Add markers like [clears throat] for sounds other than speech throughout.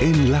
En la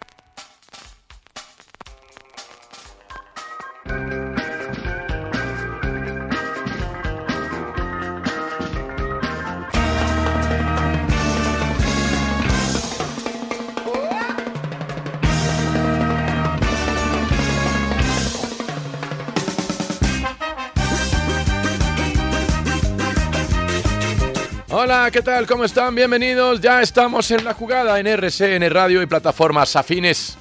Hola, ¿qué tal? ¿Cómo están? Bienvenidos. Ya estamos en la jugada en RCN Radio y plataformas afines.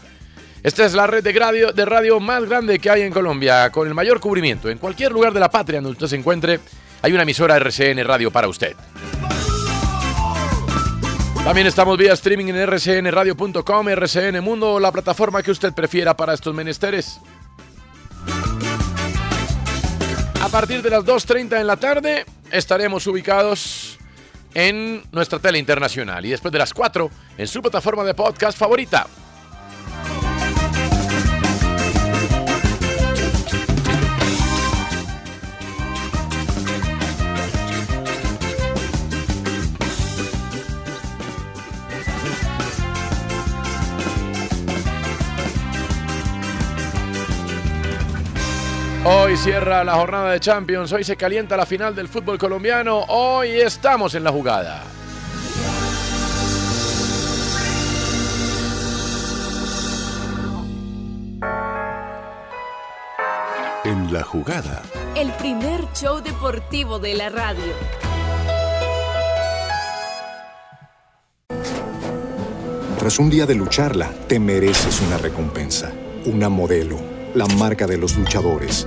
Esta es la red de radio, de radio más grande que hay en Colombia, con el mayor cubrimiento. En cualquier lugar de la patria donde usted se encuentre, hay una emisora RCN Radio para usted. También estamos vía streaming en rcnradio.com, RCN Mundo, la plataforma que usted prefiera para estos menesteres. A partir de las 2.30 en la tarde estaremos ubicados en nuestra tele internacional y después de las 4 en su plataforma de podcast favorita. Hoy cierra la jornada de Champions, hoy se calienta la final del fútbol colombiano, hoy estamos en la jugada. En la jugada, El primer show deportivo de la radio. Tras un día de lucharla, te mereces una recompensa, una modelo, la marca de los luchadores.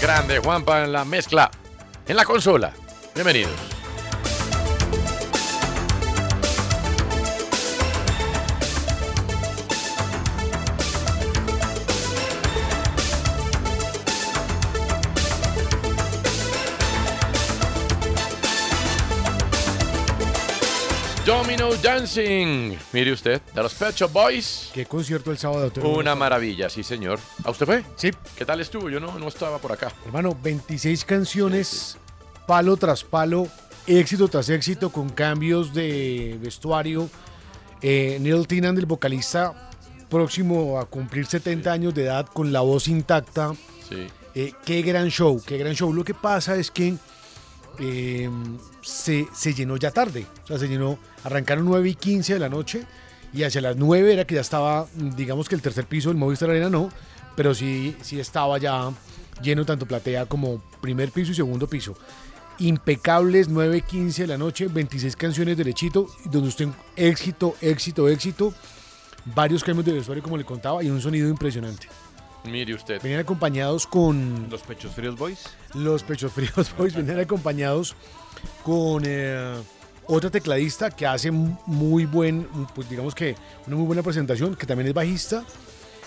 Grande Juanpa en la mezcla, en la consola. Bienvenidos. Domino Dancing. Mire usted, de los Pet Shop Boys. Qué concierto el sábado. Tony. Una maravilla, sí, señor. ¿A usted fue? Sí, ¿Qué tal estuvo? Yo no, no estaba por acá. hermano, 26 canciones, palo tras palo, éxito tras éxito, con cambios de vestuario. Eh, Neil Tinan, el vocalista, próximo a cumplir 70 años de edad, con la voz intacta. Sí. Eh, qué gran show, qué gran show. Lo que pasa es que eh, se, se llenó ya tarde. O sea, se llenó, arrancaron 9 y 15 de la noche y hacia las 9 era que ya estaba, digamos que el tercer piso del Movistar Arena no, pero sí, sí estaba ya lleno tanto platea como primer piso y segundo piso. Impecables, 9 y 15 de la noche, 26 canciones derechito, donde usted éxito, éxito, éxito, varios cambios de vestuario como le contaba y un sonido impresionante. Mire usted. Venían acompañados con Los Pechos Fríos Boys. los Pechos Fríos [laughs] Boys venían acompañados con eh, otra tecladista que hace un muy buen, un, pues digamos que una muy buena presentación, que también es bajista,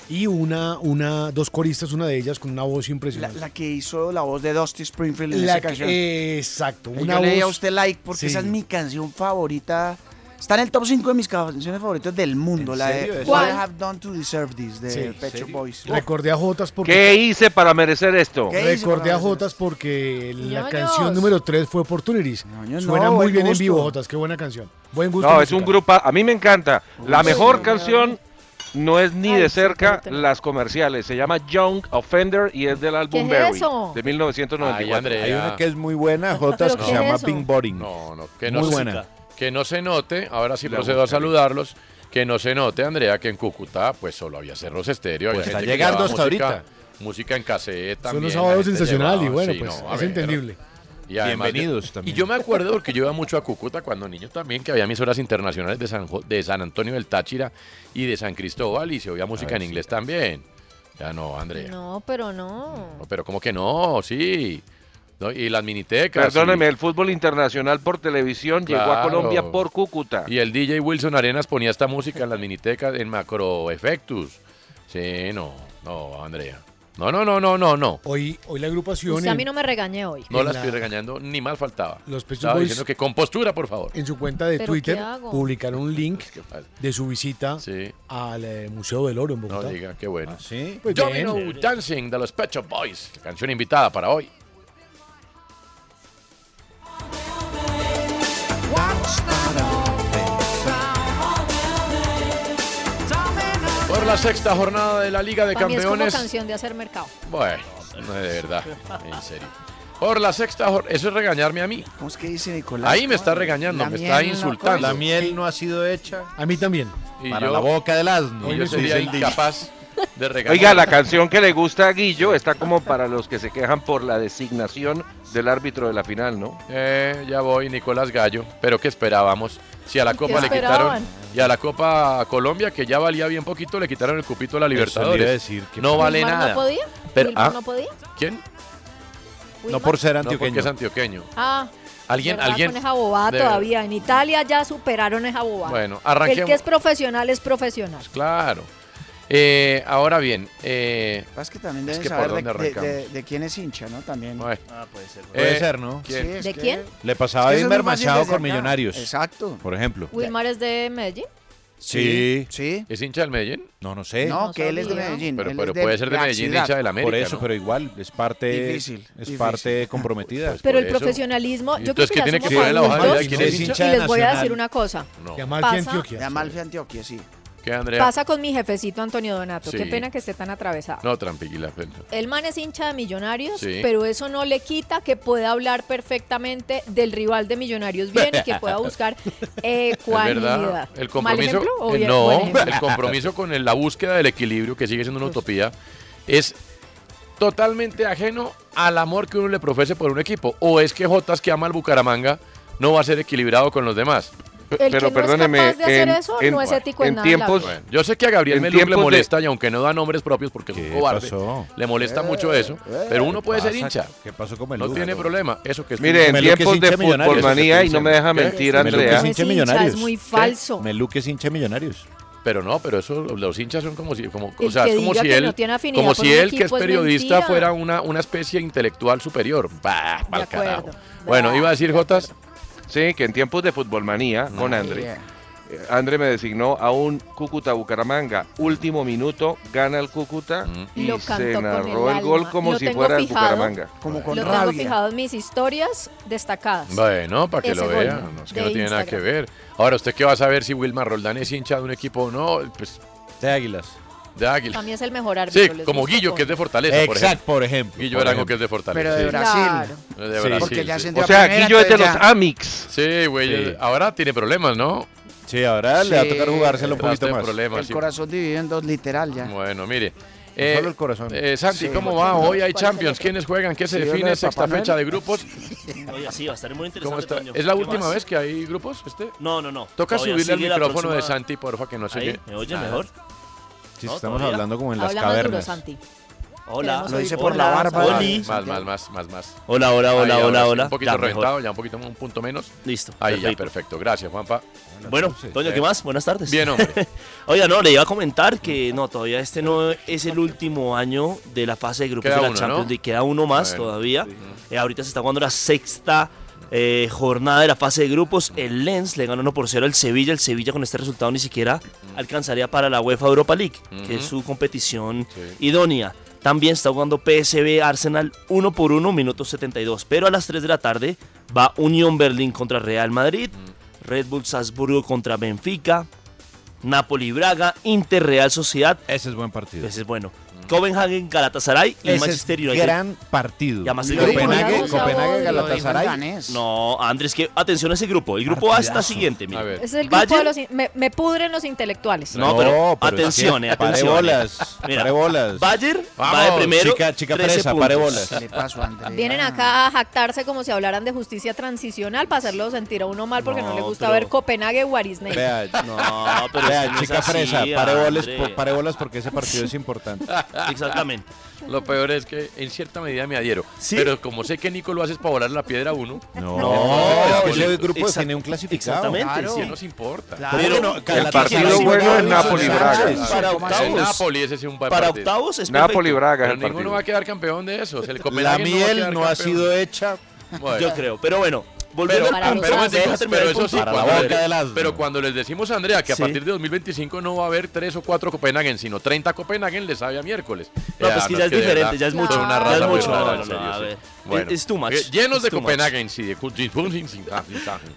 y una, una, dos coristas, una de ellas con una voz La, impresionante. la que hizo la voz de Dusty Springfield en La esa que- canción. exacto, Yo una le di a voz- usted like porque sí. esa es mi canción favorita. Está en el top 5 de mis canciones favoritas del mundo. ¿En La serio? de ¿Esa? What I ¿Cuál? Have Done to Deserve This de Sí. ¿En Pet Shop serio? Boys. Recordé a Jotas porque... ¿Qué hice para merecer esto? ¿Qué hice Recordé para a merecer Jotas porque la Ñoños. canción número 3 fue Opportunities. Ñoños, Suena no, muy buen bien en gusto. vivo, Jotas. Qué buena canción. Buen gusto. No, es un musical. grupo, a mí me encanta. La mejor canción no es ni Ay, de sí, cerca cómo te- las comerciales. Se llama Young Offender y es del álbum ¿Qué es Berry eso? de Ay, 1994. Andrea. Hay una que es muy buena, Jotas, Ah, que ¿Pero qué se es llama eso? Pink Boring. No, no, que no, Muy se- buena. que no se note, ahora sí La procedo a buscaré. saludarlos, que no se note, Andrea, que en Cúcuta pues solo había cerros estéreo. había Pues está gente que llegando llevaba hasta música- ahorita. Música en cassette Son también. los la sábados gente sensacional y llevaba- bueno, sí, pues no, a es ver. entendible. Y además- Bienvenidos también. Y yo me acuerdo, porque yo iba mucho a Cúcuta cuando niño también, que había emisoras internacionales de San, Jo- de San Antonio del Táchira y de San Cristóbal y se oía Ah, música en inglés también. Ya no, Andrea. No. No, pero no. pero ¿cómo que no? Sí. No, y las minitecas. y- Perdóneme, el fútbol internacional por televisión llegó a Claro. Colombia por Cúcuta. Y el DJ Wilson Arenas ponía esta música en las minitecas en macro efectos. Sí, no, no, Andrea. No, no, no, no, no, no. Hoy, hoy la agrupación... Usted a en- mí no me regañé hoy. No En la la- estoy regañando, ni mal faltaba. Los Pet Shop Estaba Boys- diciendo que con postura, por favor. en su cuenta de ¿Pero Twitter qué hago? publicaron un link Pues, ¿qué pasa? de su visita Sí, al eh, Museo del Oro en Bogotá. no diga, qué bueno. Ah, ¿Sí? Pues bien. Domino Dancing de los Pet Shop Boys, la canción invitada para hoy. Por la sexta jornada de la Liga de Para mí es como Campeones. canción de hacer mercado. Bueno, no, de verdad, en serio. Por la sexta jornada, eso es regañarme a mí. ¿Cómo es que dice Nicolás? Ahí me está Ay, regañando, la me miel está en la insultando. La miel no ha sido hecha A mí también. Y para yo, la boca del asno. y yo dice sería el dicho. incapaz de regañar. Oiga, la canción que le gusta a Guillo está como para los que se quejan por la designación del árbitro de la final, ¿no? Eh, ya voy, Nicolás Gallo. Pero ¿qué esperábamos? Si a la Copa le quitaron. esperaban? Y a la Copa Colombia, que ya valía bien poquito, le quitaron el cupito a la Eso le iba a Libertadores. decir que No vale Wilmar nada. ¿No podía? Pero- ¿Wilmar ¿ah? no podía? ¿Quién? No ¿Wilmar? por ser No, porque antioqueño. es antioqueño. Ah, Alguien, ¿verdad? alguien. Con esa bobada de- todavía. En Italia ya superaron esa bobada. Bueno, El que arranquemos. es profesional es profesional. Claro. Eh, ahora bien, eh, Pasa es que también Es deben que por saber de, dónde de- de- arrancamos. de quién es hincha, ¿no? También. bueno, Puede eh, ser, ¿no? Sí, ¿quién? es ¿De que- quién? es Le que pasaba eso es Wilmer muy fácil Machado desde con acá. Millonarios, Exacto. por ejemplo. Wilmar es de Medellín. Sí. Sí. ¿Es hincha del Medellín? No, no sé. No, No que él es de sabía. Medellín. Pero, él pero es de puede ser de la Medellín, ciudad. hincha del América. Por eso, ¿no? pero igual, es parte, Difícil, es difícil. [laughs] parte comprometida. Pues Pero por el eso. profesionalismo, yo creo Entonces, que, ¿qué ya tiene que somos escribir en la hojada de adultos, Sí, quién sí, es sí, hincha? hincha Y les voy a decir nacional. una cosa. No. Que Amalfi Pasa- De Antioquia. Amalfi, Antioquia, sí. ¿Qué, Andrea? Pasa con mi jefecito Antonio Donato. Sí. Qué pena que esté tan atravesado. No, tranquila. Pedro. El man es hincha de Millonarios, Sí. pero eso no le quita que pueda hablar perfectamente del rival de Millonarios bien y que pueda buscar ecuanimidad. El ¿Mal compromiso, ejemplo o eh, bien- no, buen ejemplo? [laughs] el compromiso con el- la búsqueda del equilibrio, que sigue siendo una utopía, es totalmente ajeno al amor que uno le profese por un equipo. O es que Jotas, que ama al Bucaramanga, no va a ser equilibrado con los demás. El que no es capaz de hacer eso no es ético en nada en la tiempos, vida. Bueno, yo sé que a Gabriel En Melú le tiempos de- molesta, y aunque no da nombres propios porque es ¿Qué un cobarde, pasó? le molesta mucho eso, pero uno puede ser hincha. ¿Qué pasó con Melú? No tiene problema. Eso que es Mire, en Melú que es tiempos de hincha millonario, fútbol manía, eso y que no dicen. me deja ¿Qué? mentir, Melú que Andrea. es hincha de No es hincha, millonarios. es muy ¿Qué? falso. Melú que es hincha de millonarios. Pero no, pero eso, los hinchas son como si, como, El o sea, que es como diga si que él, no tiene afinidad como por si un él que es equipo es periodista mentira. fuera una, una especie intelectual superior. Bah, pa'l acuerdo, carajo. de Bueno, acuerdo, iba a decir Jotas, Ah, Sí, que en tiempos de fútbol manía, con André. Yeah. eh, André me designó a un Cúcuta Bucaramanga. Último minuto, gana el Cúcuta Mm. y Lo cantó se con narró el el, gol alma. como Lo si tengo fuera el fijado. Bucaramanga. Como con Lo tengo rabia. fijado en mis historias destacadas. bueno, para que Ese lo gol vea, no, es que de no tiene nada que Instagram. ver. Ahora, ¿usted qué va a saber si Wilmar Roldán es hincha de un equipo o no? Pues De Águilas. de Águila. Para mí es el mejor árbitro. Sí, ¿les como gusta? Guillo, que es de Fortaleza. Exacto, por ejemplo. Guillo por Arango, ejemplo. que es de Fortaleza. Pero de sí. Brasil. Es Sí, De Brasil. porque ya sí. ascendió a O sea, primera, Guillo es de entonces los ya- Amix. Sí, güey. Sí. Ahora tiene problemas, ¿no? Sí, ahora le va a tocar Sí. jugárselo un Ahora poquito tiene más. problemas, El sí. corazón dividido en dos, literal ya. Bueno, mire. solo el corazón. eh, Santi, Sí. ¿cómo va? Hoy hay Champions. ¿Quiénes juegan? ¿Qué se Sí, define? hola, Sexta Papá Noel. fecha de grupos. [laughs] Oye, sí, va a estar muy interesante. ¿Cómo está? Toño. ¿Es la ¿Qué última más? vez que hay grupos? Este? No, no, no. Toca Todavía subirle el sigue la micrófono de próxima- Santi, porfa, que no se Ahí, oye ¿me oye nada. mejor? Sí, No, estamos todavía. hablando como en las Habla más duro, cavernas. Santi. Hola. Queremos Lo hice por la barba. Más, Oli. Más, más, más, más, más. Hola, hola, Ahí, hola, ahora hola, sí, hola. Un Ya, poquito mejor. reventado, ya un poquito, un punto menos. Listo. Ahí ya, perfecto. perfecto. Gracias, Juanpa. Bueno, Toño, ¿qué más? Buenas tardes. eh. Bien, hombre. [laughs] Oiga, no, [laughs] le iba a comentar que no, todavía este no es el último año de la fase de grupos Queda de la uno, Champions ¿no? League. Queda uno más Bueno, todavía. Eh, ahorita se está jugando la sexta eh, jornada de la fase de grupos. El Lens le ganó 1 por 0 al Sevilla. El Sevilla con este resultado ni siquiera alcanzaría para la UEFA Europa League, que es su competición idónea. También está jugando PSV Arsenal 1 por 1, minuto 72. Pero a las 3 de la tarde va Unión Berlín contra Real Madrid, Red Bull Salzburgo contra Benfica, Napoli Braga, Inter Real Sociedad. Ese es buen partido. Ese es bueno. Copenhagen Galatasaray y Ese es Manchester United. gran partido. Ya más el Lo grupo. dijo Copenhague, Nagosa, Copenhague, odio. Lo dijo el Galatasaray. danés. No, Andrés, que atención a ese grupo. El grupo A está siguiente, mira. A ver. Es el grupo de Bayern- los in- me, me pudren los intelectuales. No, pero, atención, eh, Pare atención. bolas, Mira, pare bolas. Bayer va de Vamos, primero. chica- chica 13 fresa, pare puntos. bolas. Le paso a Andrea. Vienen acá a jactarse como si hablaran de justicia transicional para hacerlo sentir a uno mal porque no, No, le gusta pero- ver Copenhague o Arisney. Vea, No, pero vea, es que no es chica así, fresa, pare bolas, André. por- pare bolas porque ese partido es importante. [laughs] Exactamente. Lo peor es que en cierta medida me adhiero. Sí. Pero como sé que Nico lo haces para volar la piedra a uno, Ah, No, No, es que ese exacto- grupo tiene un clasificado. Exactamente. Claro. sí. ¿qué nos importa? Claro. Pero no, El partido sí, bueno Braga, es Napoli-Braga. Sánchez. Para El octavos. Napoli, ese sí es un buen Para partido. octavos es perfecto. Napoli-Braga es Pero el ninguno partido. va a quedar campeón de eso. El La Copenhague miel no va a ha quedar campeón. sido hecha Bueno. Yo creo. Pero bueno, Pero, volviendo al para punto, pero, los deja chicos, terminar pero el eso sí, punto. Para la cuando, boca del asno. pero cuando les decimos a Andrea que a Sí. partir de 2025 no va a haber 3 o 4 Copenhagen, sino 30 Copenhagen, le sabe a miércoles. No, Eh, pues que no, ya es que de diferente, verdad ya es son mucho. una ya raza es muy mucho. rara, No, en no, no, serio, a sí. ver. Bueno. Es too much. Eh, Llenos It's de too much. Copenhagen, sí, de [laughs]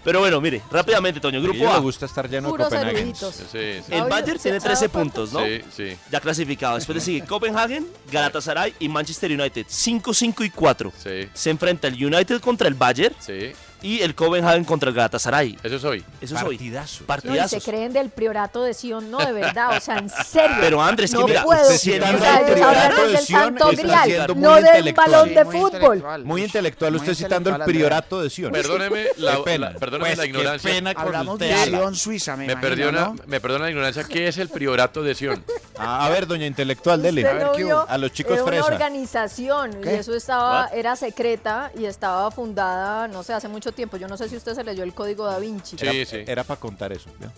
Pero bueno, mire, rápidamente, Toño. Grupo me A. gusta estar lleno de Puros Copenhague. eruditos. Sí, sí. El Obvio, Bayern se tiene ha dado 13 Ah, cuenta. puntos, ¿no? Sí, sí. Ya clasificado. Después le sigue Copenhagen, Galatasaray y Manchester United. 5, 5 y 4. Sí, Se enfrenta el United contra el Bayern sí. y el Copenhagen contra el Galatasaray. Eso es hoy. Eso es hoy. Partidazo. No, y se Partidazos. creen del priorato de Sion, no, de verdad, o sea, en serio. Pero Andrés, que no mira, puedo. usted sí O está sea, hablando ellos del hablan priorato de del Sion, santo está grial, siendo no muy de un intelectual. balón de Muy fútbol. intelectual. Muy Uy, intelectual, muy usted citando el intelectual, Andrea. priorato de Sion. Perdóneme la, Qué pena. la- perdóneme Pues, la qué ignorancia. pena con Hablamos de usted. Sion Suiza, me, Me, imagino, perdona, ¿no? me perdona la ignorancia. ¿Qué es el priorato de Sion? Ah, a ver, doña intelectual, dele. Usted lo vio, a los chicos era una fresa. organización y ¿Qué? eso estaba What? era secreta y estaba fundada, no sé, hace mucho tiempo. Yo no sé si usted se leyó el Código Da Vinci. Sí, sí. Era para contar eso. ¿ya?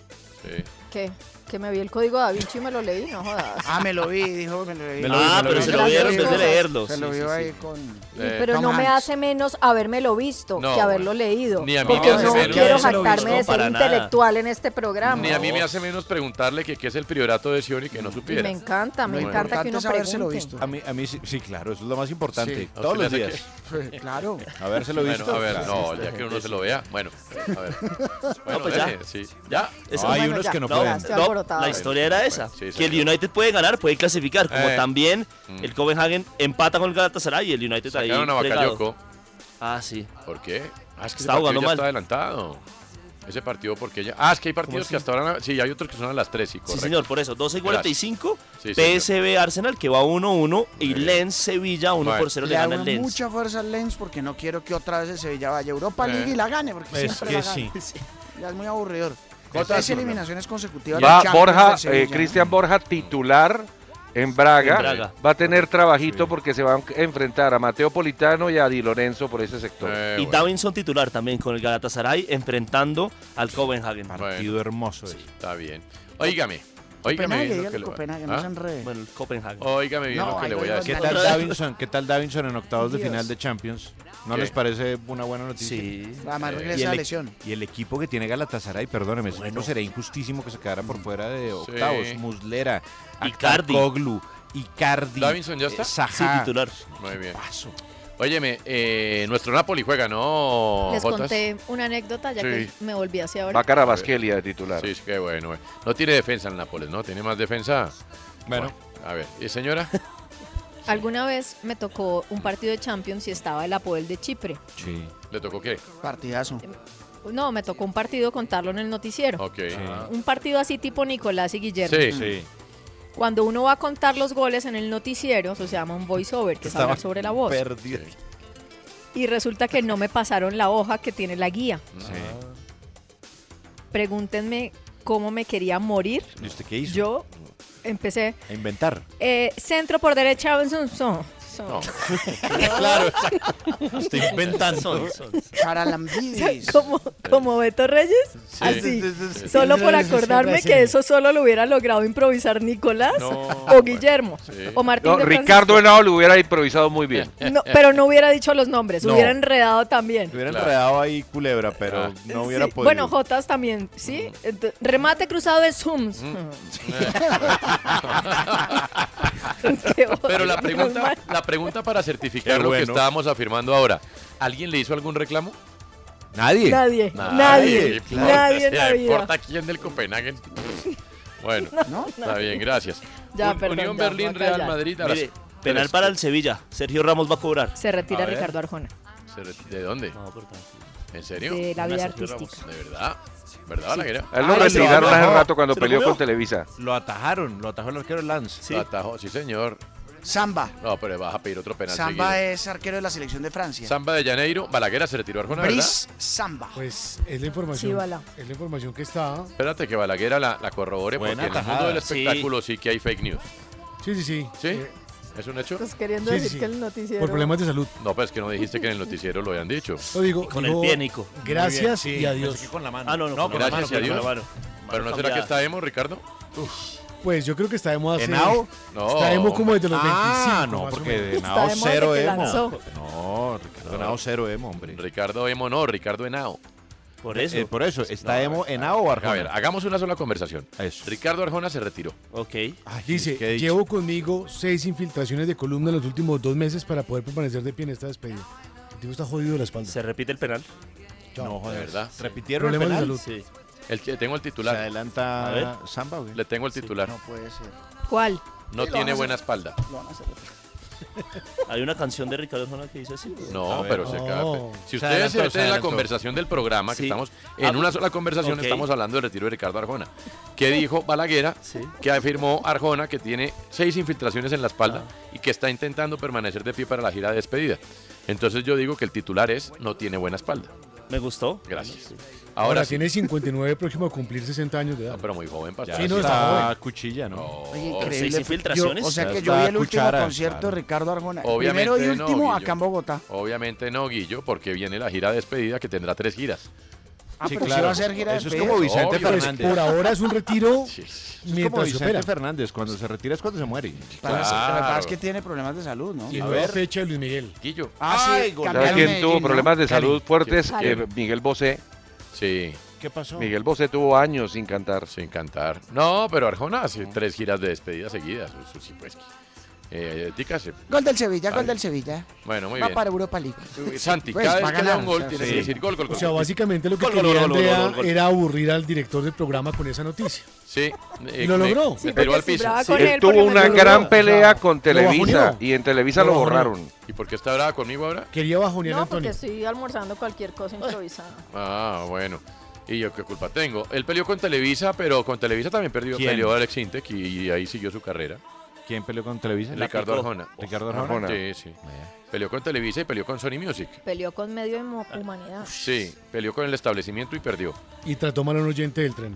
sí. ¿Qué? Que me vi el Código Da Vinci y me lo leí, no jodas. Ah, me lo vi, dijo, me lo vi. Me lo vi, Ah, me lo pero vi. se lo vieron desde Cosas. leerlo. Se Sí, lo sí, vio sí. ahí con... Y- [laughs] Eh, pero Tom no me Hanks. hace menos habérmelo visto No, que haberlo bueno. leído. Ni a mí porque me hace no menos quiero haberlo jactarme visto, de ser para nada. intelectual en este programa. Ni a mí me hace menos preguntarle que qué es el priorato de Sion y que no Y supiera. me encanta, me Lo encanta que importante uno es habérselo visto. pregunte. A mí, a mí sí, sí, claro, eso es lo más importante. Sí. Todos los ¿A usted le hace días. Claro. Habérselo Bueno, visto. a ver, Claro. no, ya que uno se lo vea. Bueno, a [laughs] ver. Bueno, pues ya. dele, sí. Ya. Esa- No, hay Bueno, unos ya, que no ya, pueden. estoy alborotada. la historia era esa. Sí, que el señor. United puede ganar, puede clasificar. Como Eh. también Mm. el Copenhagen empata con el Galatasaray y el United ahí. Sacaron a fregado. Bakayoko. Ah, sí. ¿Por qué? Ah, es que ese Está partido jugando ya mal. está adelantado. Ese partido porque ya... Ah, es que hay partidos así? que hasta ahora... Sí, hay otros que son a las 3 y correcto. Sí, señor, por eso. 12 y 45, Sí, señor. PSV Arsenal que va 1-1 y Muy bien. Lens Sevilla 1 Bueno. por 0 Le, le gana hago el Lens. mucha fuerza al Lens porque no quiero que otra vez el Sevilla vaya a Europa Eh. League y la gane, porque Es siempre que la gana. [laughs] sí. Ya es muy aburridor. Jota, Tres sí. eliminaciones consecutivas. de Va Champions del Borja, Sevilla, eh, ¿no? Cristian Borja, titular en Braga. En Braga. Va a tener trabajito porque se van a enfrentar a Mateo Politano y a Di Lorenzo por ese sector. Eh, Y bueno. Davinson titular también con el Galatasaray enfrentando al Copenhagen. Partido hermoso. ese. Está bien. Óigame. Óigame Copenhague, bien lo dígale que le- Copenhague, ¿Ah? no se enrede. Bueno, el Copenhagen. Óigame bien No, lo que ahí le no voy a digo decir. ¿Qué No, tal no. Davinson? ¿Qué tal Davinson en octavos de Dios. final de Champions? ¿No ¿Qué? les parece una buena noticia? Sí. Además Eh, y regresa el a e- lesión. Y el equipo que tiene Galatasaray, perdóneme, si Bueno. no sería injustísimo que se quedara por fuera de octavos. Muslera, Icardi. Koglu, Icardi. ¿Davinson ya está? eh, Saha. Sí, titular. Muy bien. Paso. Óyeme, eh, nuestro Napoli juega, ¿no, Les Jotas? conté una anécdota ya que me volví hacia Va ahora. Carabasquelia de titular. Sí, sí, qué bueno. eh. No tiene defensa el Nápoles, ¿no? Tiene más defensa. Bueno, A ver, ¿y [laughs] señora? Alguna vez me tocó un partido de Champions y estaba el Apoel de Chipre. Sí. ¿Le tocó qué? Eh, Partidazo. No, me tocó un partido contarlo en el noticiero. Ok. Ah. Un partido así tipo Nicolás y Guillermo. Sí, sí. Cuando uno va a contar los goles en el noticiero, eso se llama un voiceover, que es hablar sobre la voz. Perdido. Y resulta que no me pasaron la hoja que tiene la guía. Pregúntenme cómo me quería morir. ¿Y usted qué hizo? Yo empecé. A inventar. eh, centro por derecha. son, son, son. [laughs] claro, exacto. Estoy inventando. [laughs] O sea, como, como Beto Reyes, así. Solo por acordarme que eso solo lo hubiera logrado improvisar Nicolás No, o Guillermo o Martín No, de Francisco. Ricardo Henao lo hubiera improvisado muy bien. [laughs] No, pero no hubiera dicho los nombres, No. hubiera enredado también. Hubiera enredado ahí culebra, pero no hubiera Sí, podido. [laughs] Bueno, Jotas también, ¿sí? Ent- Remate cruzado de Zooms. [laughs] Pero la Muy pregunta, mal. la pregunta para certificar Qué lo que bueno. estábamos afirmando ahora. ¿Alguien le hizo algún reclamo? Nadie. Nadie, nadie, claro, nadie en o sea, la vida. importa quién del Copenhague. [laughs] Bueno, No, está no. bien, gracias. Ya, Un- perdón, Unión ya, Berlín, voy a callar. Real Madrid. a las Mire, penal tres. para el Sevilla. Sergio Ramos va a cobrar. Se retira A ver. Ricardo Arjona. Se re- ¿De dónde? ¿En serio? De la vida Sergio artística. Ramos, De verdad. ¿Verdad, Balaguer? A él lo Ay, retiraron lo hace atajó. rato cuando Ah, Se lo peleó comió. con Televisa. Lo atajaron, lo atajó el arquero Lance. Lo atajó, sí, señor. Samba. No, pero vas a pedir otro penal Samba seguido. es arquero de la selección de Francia. Samba de Janeiro. Balaguer se retiró Arjona, ¿verdad? Brice Samba. Pues es la información. es la información que está. Espérate que Balaguer la, la corrobore Buena porque en el tajada. mundo del Sí. espectáculo sí. que hay fake news. Sí, sí, sí. Eh, ¿Sí? ¿Es un hecho? Estás queriendo Sí, decir sí, sí. que el noticiero... Por problemas de salud. No, pues que no dijiste que en el noticiero lo habían dicho. Lo digo. Con digo, el pie, Nico. Gracias Muy bien, sí, y pensé adiós. que con la mano. Ah, no, no, con la Gracias mano, y adiós. con la mano. Pero no Mano será que cambiada. está emo, Ricardo? Pues yo creo que está de moda. hace- ¿Henao? Está de moda como desde los 25. Ah, no, más o porque menos. de Está Henao de moda cero desde que emo. lanzó. No, Ricardo Henao cero emo, hombre. Ricardo Emo no, Ricardo Henao. Por eso. Eh, por eso, ¿está emo Henao o A ver, Arjona? hagamos una sola conversación. Eso. Ricardo Arjona se retiró. Ok. Ay, Dice, es que he dicho. llevo conmigo seis infiltraciones de columna en los últimos dos meses para poder permanecer de pie en esta despedida. El tipo está jodido de la espalda. Se repite el penal. Chao. No, joder. De verdad. ¿Repitieron el Problemas de penal? Sí. El, que- tengo el Se titular. A adelanta ver. Samba, güey. Le tengo el titular. No puede ser. ¿Cuál? No Sí, lo tiene vamos a- buena espalda. Lo van a hacer. Hay una canción de Ricardo Arjona que dice así. güey. No, A ver. Oh. pero se acaba. No. Si Se ustedes se adelantó, meten se en la adelantó. conversación del programa, que Sí. estamos en Ah, una sola conversación, ok. estamos hablando del retiro de Ricardo Arjona. ¿Qué dijo Balaguer? Sí. Que afirmó Arjona que tiene seis infiltraciones en la espalda Ah. y que está intentando permanecer de pie para la gira de despedida. Entonces yo digo que el titular es no tiene buena espalda. Me gustó. Gracias. Ahora, Ahora sí. tiene 59, [laughs] próximo a cumplir 60 años de No, edad. pero muy joven, Oh, Ya Pastor. Sí, no, está está joven. cuchilla, ¿no? No. Oye, Con increíble. seis Yo- infiltraciones. o sea que Está yo vi el último cuchara, concierto de claro. Ricardo Arjona. Obviamente Primero y no, último Guillo. acá en Bogotá. Obviamente no, Guillo, porque viene la gira de despedida que tendrá tres giras. Ah, Sí, pero si claro. va a hacer gira de Eso es despedida. como Vicente Obvio. Pues Fernández. por ahora es un retiro [laughs] Sí. Eso es como mientras se Vicente opera. Fernández, cuando se retira es cuando se muere. [laughs] Para- Claro. Lo que pasa es que tiene problemas de salud, ¿no? Y A no ver. es fecha de Luis Miguel. Guillo. Ah, Ay, sí, gol. cambiaron ¿Sabes quién tuvo Medellín, ¿no? problemas de Cali. salud fuertes? Cali. Eh, Miguel Bosé. Sí, ¿Qué pasó? Miguel Bosé tuvo años sin cantar. sin cantar. No, pero Arjona hace tres giras de despedida seguidas. Eso sí, pues. Eh, dícase. Gol del Sevilla, Vale. gol del Sevilla. Bueno, muy va bien. para Europa League. Uy, Santi, Pues, cada va vez que da ganando, un gol o sea, tienes que sí. decir gol, gol, O gol. sea, básicamente lo que Gol, gol, quería gol, gol, Andrea gol, gol. era aburrir al director del programa con esa noticia. Sí. eh, lo me- logró. Me, Sí, tiró porque al piso. vibraba Sí. con Él él porque tuvo me una logró. gran No, pelea sea, con Televisa bajoneó. y en Televisa Lo lo, bajoneó. borraron. ¿Y por qué está brava conmigo ahora? Quería bajonear a Antonio. porque estoy almorzando cualquier cosa improvisada. Ah, bueno. ¿Y yo qué culpa tengo? Él peleó con Televisa, pero con Televisa también perdió. ¿Quién? Peleó Alex Intec y ahí siguió su carrera. ¿Quién peleó con Televisa? Ricardo Arjona. Ricardo Arjona. Arjona. Sí, sí. Peleó con Televisa y peleó con Sony Music. Peleó con medio humo- Ah. humanidad. Sí, peleó con el establecimiento y perdió. Y trató mal a un oyente del tren.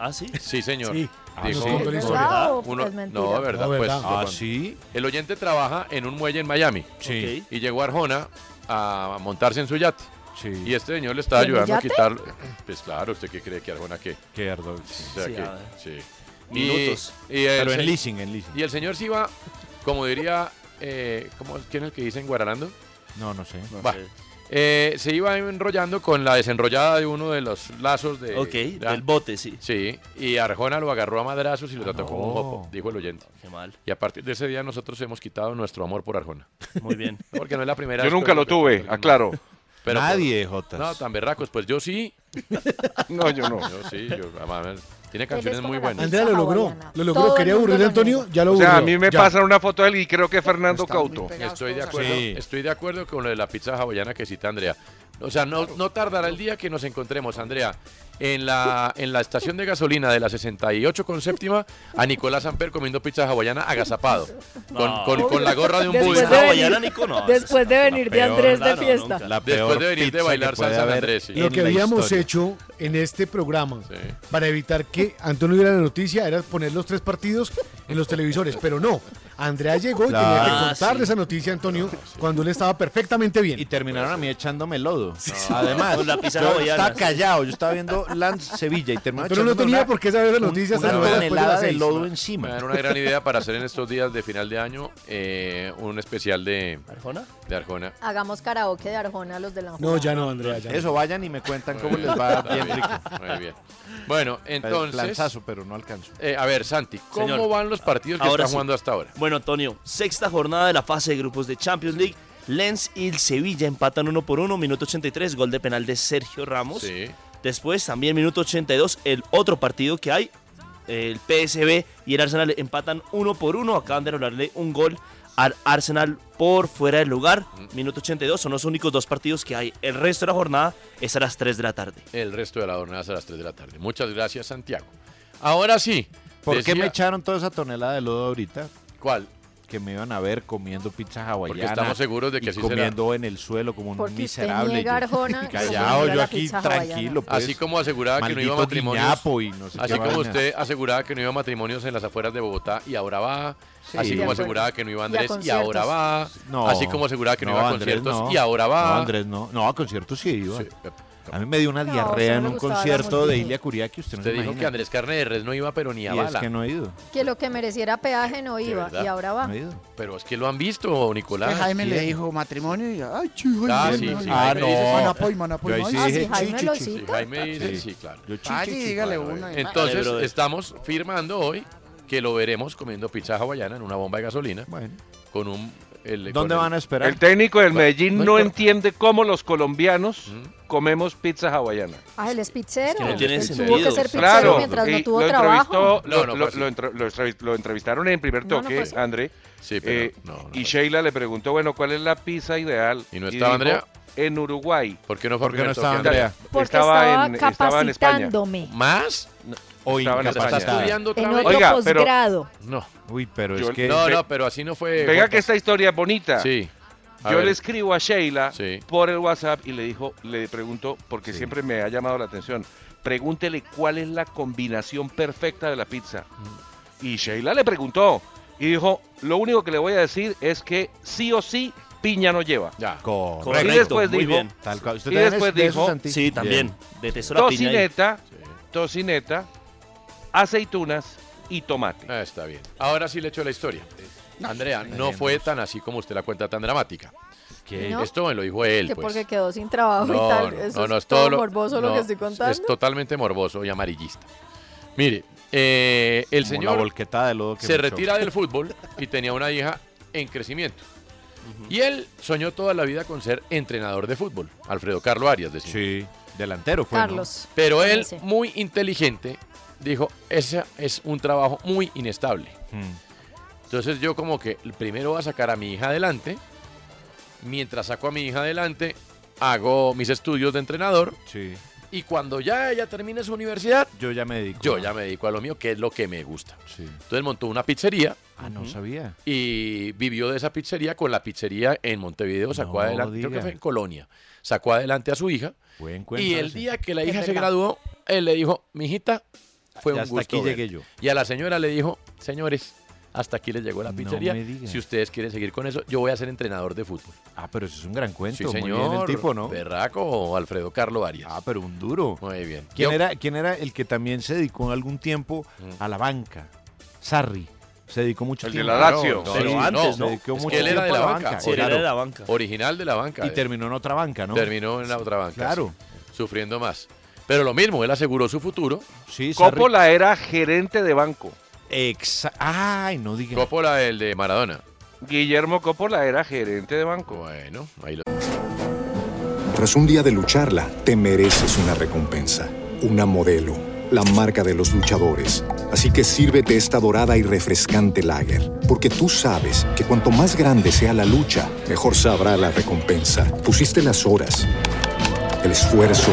Ah, sí. Sí, señor. Sí. Ah, Dijo- sí. ¿Es Contó la historia. verdad o Uno- es pues, mentira? no, verdad, No, pues, verdad. Ah, cuando- sí. El oyente trabaja en un muelle en Miami Sí. Ok. y llegó Arjona a montarse en su yate. Y Sí. este señor le estaba ¿En el ayudando a yate? quitar. [clears throat] Pues claro, ¿usted qué cree que Arjona qué? Qué ardo. O sí. sea Sí, que- a ver. sí. Minutos. Y, y el, Pero en se- leasing, en leasing. y el señor sí va, como diría. eh, ¿cómo- ¿Quién es el que dice en Guaralando? No, no sé. Va. Eh, se iba enrollando con la desenrollada de uno de los lazos de. ok, de- del bote, sí. Oh. Sí, y Arjona lo agarró a madrazos y lo trató como un no. mopo, dijo el oyente. Qué mal. Y a partir de ese día nosotros hemos quitado nuestro amor por Arjona. Muy bien. No, [laughs] Porque no es la primera Yo vez que nunca lo tuve, pero- aclaro. pero- Nadie, Jotas. No, tan berracos, pues yo sí. [laughs] No, yo no. Yo sí, yo, además, Tiene canciones muy buenas. Andrea lo logró, lo logró. Todo el Quería aburrir a Antonio, ya lo O aburrió. sea, a mí me ya. pasan una foto de él y creo que es Fernando Cauto. Estoy de acuerdo, estoy de acuerdo con lo de la pizza hawaiana que cita Andrea. O sea, no, no tardará el día que nos encontremos, Andrea, en la, en la estación de gasolina de la 68 con séptima, a Nicolás Amper comiendo pizza hawaiana agazapado, con, No. con, con la gorra de un Ah, Después budín. de venir, después de, venir de Andrés de fiesta. Después de venir de pizza bailar que puede salsa de haber Andrés. sí. Lo que habíamos hecho en este programa para evitar que Antonio diera la noticia era poner los tres partidos en los televisores, pero no. Andrea llegó y tenía Claro. que contarle esa noticia a Antonio cuando él estaba perfectamente bien. Y terminaron a mí echándome lodo. Además, Con la pizarra yo boyana. estaba callado, yo estaba viendo Lance Sevilla y terminó Pero no echándome tenía una- por qué saber las noticias una hasta después de las tonelada de seis. lodo encima. Me dan una gran idea para hacer en estos días de final de año eh, un especial de ¿Arjona? De Arjona. Hagamos karaoke de Arjona a los de la No, ya no, Andrea. Ya Eso, vayan y me cuentan cómo les va Está bien rico. Muy bien. Bueno, entonces. Lanzazo, pero no alcanzo. Eh, a ver, Santi, ¿cómo Señor, van los partidos que ahora está sí. jugando hasta ahora? Bueno, Antonio, sexta jornada de la fase de grupos de Champions League. Lens y el Sevilla empatan uno por uno, minuto 83, gol de penal de Sergio Ramos. Después, también minuto 82, el otro partido que hay, el PSB y el Arsenal empatan uno por uno. Acaban de hablarle un gol al Arsenal por fuera del lugar, Mm. minuto 82. Son los únicos dos partidos que hay. El resto de la jornada es a las 3 de la tarde. El resto de la jornada es a las 3 de la tarde. Muchas gracias, Santiago. Ahora sí. ¿Por decía- qué me echaron toda esa tonelada de lodo ahorita? ¿Cuál? Que me iban a ver comiendo pcha hawaiana. estamos seguros de que y así será. comiendo en el suelo como un Porque usted miserable. niega, Yo- [laughs] Arjona, que callado, comiera yo la aquí pizza tranquilo. Pues. así como aseguraba que no iba a Maldito guiñapo matrimonios. y no sé así qué como vaina. usted aseguraba que no iba a matrimonios en las afueras de Bogotá y ahora va. Sí. así De como acuerdo. aseguraba que no iba a Y a Andrés y, ahora conciertos. va. No, así como aseguraba que no, no, iba a Andrés, conciertos no. y ahora va. No, Andrés, no. No, a conciertos sí iba. Sí, eh, A mí me dio una No, diarrea solo en le un gustaba la concierto de multitud. Ilia Curia que usted no Usted dijo que Andrés Carne de Res no iba, pero ni a Y es bala. que no he ido. Que lo que mereciera peaje no iba verdad. y ahora va. Pero es que lo han visto, Nicolás. Que Jaime le Sí. dijo matrimonio y ay, chijo. Ah, ay, sí, ay, sí, ay, Jaime ay, dice- Manapoy, Manapoy, Yo ahí ah, sí ay, dije, ay, Jaime chi, lo chi, chi. cita. Jaime dice, sí, Sí. claro. Yo, chi, Vaya, chi, chi. dígale uno ahí. Entonces, Vale, brother. estamos firmando hoy que lo veremos comiendo pizza hawaiana en una bomba de gasolina. Con un... el- con ¿Dónde el- van a esperar? el El técnico del Medellín no no, importa. entiende cómo los colombianos Mm. comemos pizza hawaiana. Ah, él es pizzero. que no Él tiene Tuvo que sentido. ser pizzero Claro, mientras no y tuvo lo trabajo. entrevistó- lo, lo- lo entre- lo entrevi- lo entrevistaron en primer No, no toque, fue así. André. pero eh, y Sheila le preguntó, bueno, ¿cuál es la pizza ideal? Y no estaba Andrea? En Uruguay. ¿Por qué no fue ¿Por qué primero no estaba que Andrea? Porque estaba capacitándome. ¿Más? O Estaba en España. incapacitada. Está estudiando otra En vez. otro posgrado. No. Uy, pero Yo- es que... No, no, pero así no fue. Venga que Juanpa. este- esta historia es bonita. Sí. A Yo ver. le escribo a Sheila por el WhatsApp y le dijo, le pregunto, porque siempre me ha llamado la atención, pregúntele cuál es la combinación perfecta de la pizza. Mm. Y Sheila le preguntó y dijo, lo único que le voy a decir es que sí o sí piña no lleva. Ya. Y después muy dijo, bien. Tal cual. ¿Usted y también es después de esos, dijo, Santi? Sí, también. Bien. Detesto la piña. ahí. tocineta, tocineta, aceitunas y tomate. Ah, está bien. Ahora sí le echo la historia. Andrea, no fue tan así como usted la cuenta, tan dramática. ¿No? Esto me lo dijo él. que pues. porque quedó sin trabajo y No, tal. no, Eso no, no, es todo lo- morboso lo no, que estoy contando. Es totalmente morboso y amarillista. Mire, eh, el Como la señor volquetada de lodo que se me echó. retira del fútbol y tenía una hija en crecimiento. Y él soñó toda la vida con ser entrenador de fútbol. Alfredo Carlo Arias, decía. Sí, delantero fue, ¿no? Carlos. Pero él, Ese. muy inteligente, dijo, ese es un trabajo muy inestable. Mm. Entonces yo como que primero voy a sacar a mi hija adelante. Mientras saco a mi hija adelante, hago mis estudios de entrenador. Y cuando ya ella termine su universidad, yo ya me dedico. Yo ya me dedico a lo mío, que es lo que me gusta. Entonces montó una pizzería. Ah, no sabía. Y vivió de esa pizzería con la pizzería en Montevideo, sacó No adelante, creo que diga. fue en Colonia, sacó adelante a su hija. cuento y el ese. día que la Es hija se verdad. graduó, él le dijo, mijita, fue Ya un hasta gusto. aquí verte". llegué yo. Y a la señora le dijo, señores, hasta aquí les llegó la pizzería. me diga. si ustedes quieren seguir con eso, yo voy a ser entrenador de fútbol. Ah, pero eso es un gran cuento. Sí, muy señor. bien el tipo, ¿no? Berraco, Alfredo Carlo Arias. Ah, pero un duro. Muy bien. ¿Quién, Yo- era, ¿Quién era el que también se dedicó algún tiempo a la banca? Sarri. Se dedicó mucho El de tiempo. la Lazio. No, Pero sí, antes, Se ¿no? dedicó Es mucho que él era tiempo de la a banca. Sí, él claro. era de la banca. Original de la banca. Y terminó en otra banca, ¿no? Terminó en la otra banca. Claro. sí, Sufriendo más. Pero lo mismo, él aseguró su futuro. Sí, Coppola era gerente de banco. Exa Ay, no digas. Coppola, el de Maradona. Guillermo Coppola era gerente de banco. Bueno, ahí lo... Tras un día de lucharla, te mereces una recompensa, una modelo, la marca de los luchadores. Así que sírvete esta dorada y refrescante lager, porque tú sabes que cuanto más grande sea la lucha, mejor sabrá la recompensa. Pusiste las horas, el esfuerzo,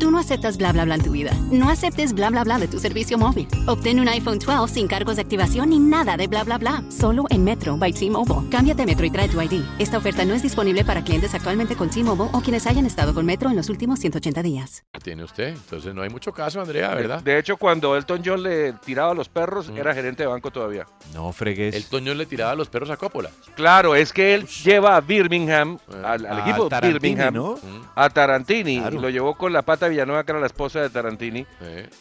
Tú no aceptas bla bla bla en tu vida. No aceptes bla bla bla de tu servicio móvil. Obtén un iPhone 12 sin cargos de activación ni nada de bla bla bla. Solo en Metro by T-Mobile. Cámbiate a Metro y trae tu ID. Esta oferta no es disponible para clientes actualmente con T-Mobile o quienes hayan estado con Metro en los últimos 180 días. Tiene usted, entonces no hay mucho caso, Andrea, ¿verdad? De hecho, cuando Elton John le tiraba a los perros, era gerente de banco todavía. No fregues. El Toño le tiraba los perros a Coppola. Claro, es que él lleva a Birmingham, al, al Ah, a equipo Tarantini, Birmingham, ¿no? a Tarantini. Claro. Y lo llevó con la pata de Villanueva, que era la esposa de Tarantini.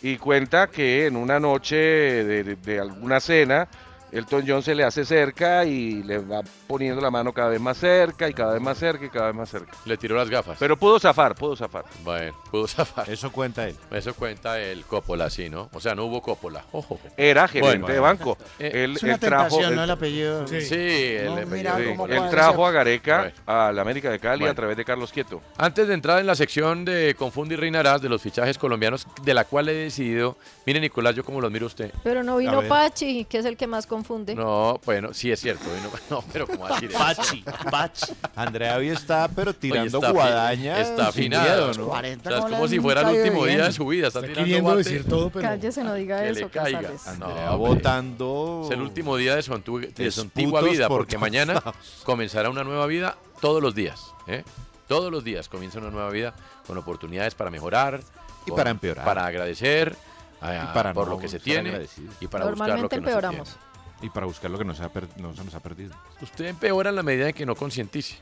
Y cuenta que en una noche de, de- de alguna cena, Elton John se le hace cerca y le va poniendo la mano cada vez más cerca, y cada vez más cerca, y cada vez más cerca. Le tiró las gafas. Pero pudo zafar, pudo zafar. Bueno, pudo zafar. Eso cuenta él. Eso cuenta el Coppola, sí, ¿no? O sea, no hubo Coppola. Ojo. Eh, Era gerente de banco. Él- el Es una él trajo- tentación, él- ¿no? El apellido. Sí, el No, mira apellido. cómo Sí, Él cuadra trajo ese- a Gareca a la América de Cali Bueno. a través de Carlos Quieto. Antes de entrar en la sección de Confunde y Reinarás de los fichajes colombianos, de la cual he decidido, mire Nicolás, yo como lo miro usted. ¿Eh? Pero no A vino ver. Pachi, que es el que más confunde. No, bueno, sí es cierto. vino- No, [laughs] pero como [laughs] así. Pachi, Pachi. Andrea hoy está, pero tirando está fi- guadaña. está sin afinado, miedo, ¿no? ¿no? 40 O sea, es como como si la fuera el nunca último iba día de bien. su vida, está tirando queriendo guate. decir todo, pero Cállese, no diga que eso, le caiga. Ah, Casales. Andrea hombre. votando Es el último día de su, antu- de su Esputos antigua vida, por [laughs] porque todos mañana comenzará una nueva vida todos los días. ¿eh? Todos los días comienza una nueva vida con oportunidades para mejorar. Y con- para empeorar. Para agradecer a- Y para por no lo que se ser tiene agradecido. y para buscar lo Normalmente que no se tiene. empeoramos. Y para buscar lo que no se, ha per- no se nos ha perdido. Usted empeora en la medida en que no concientice.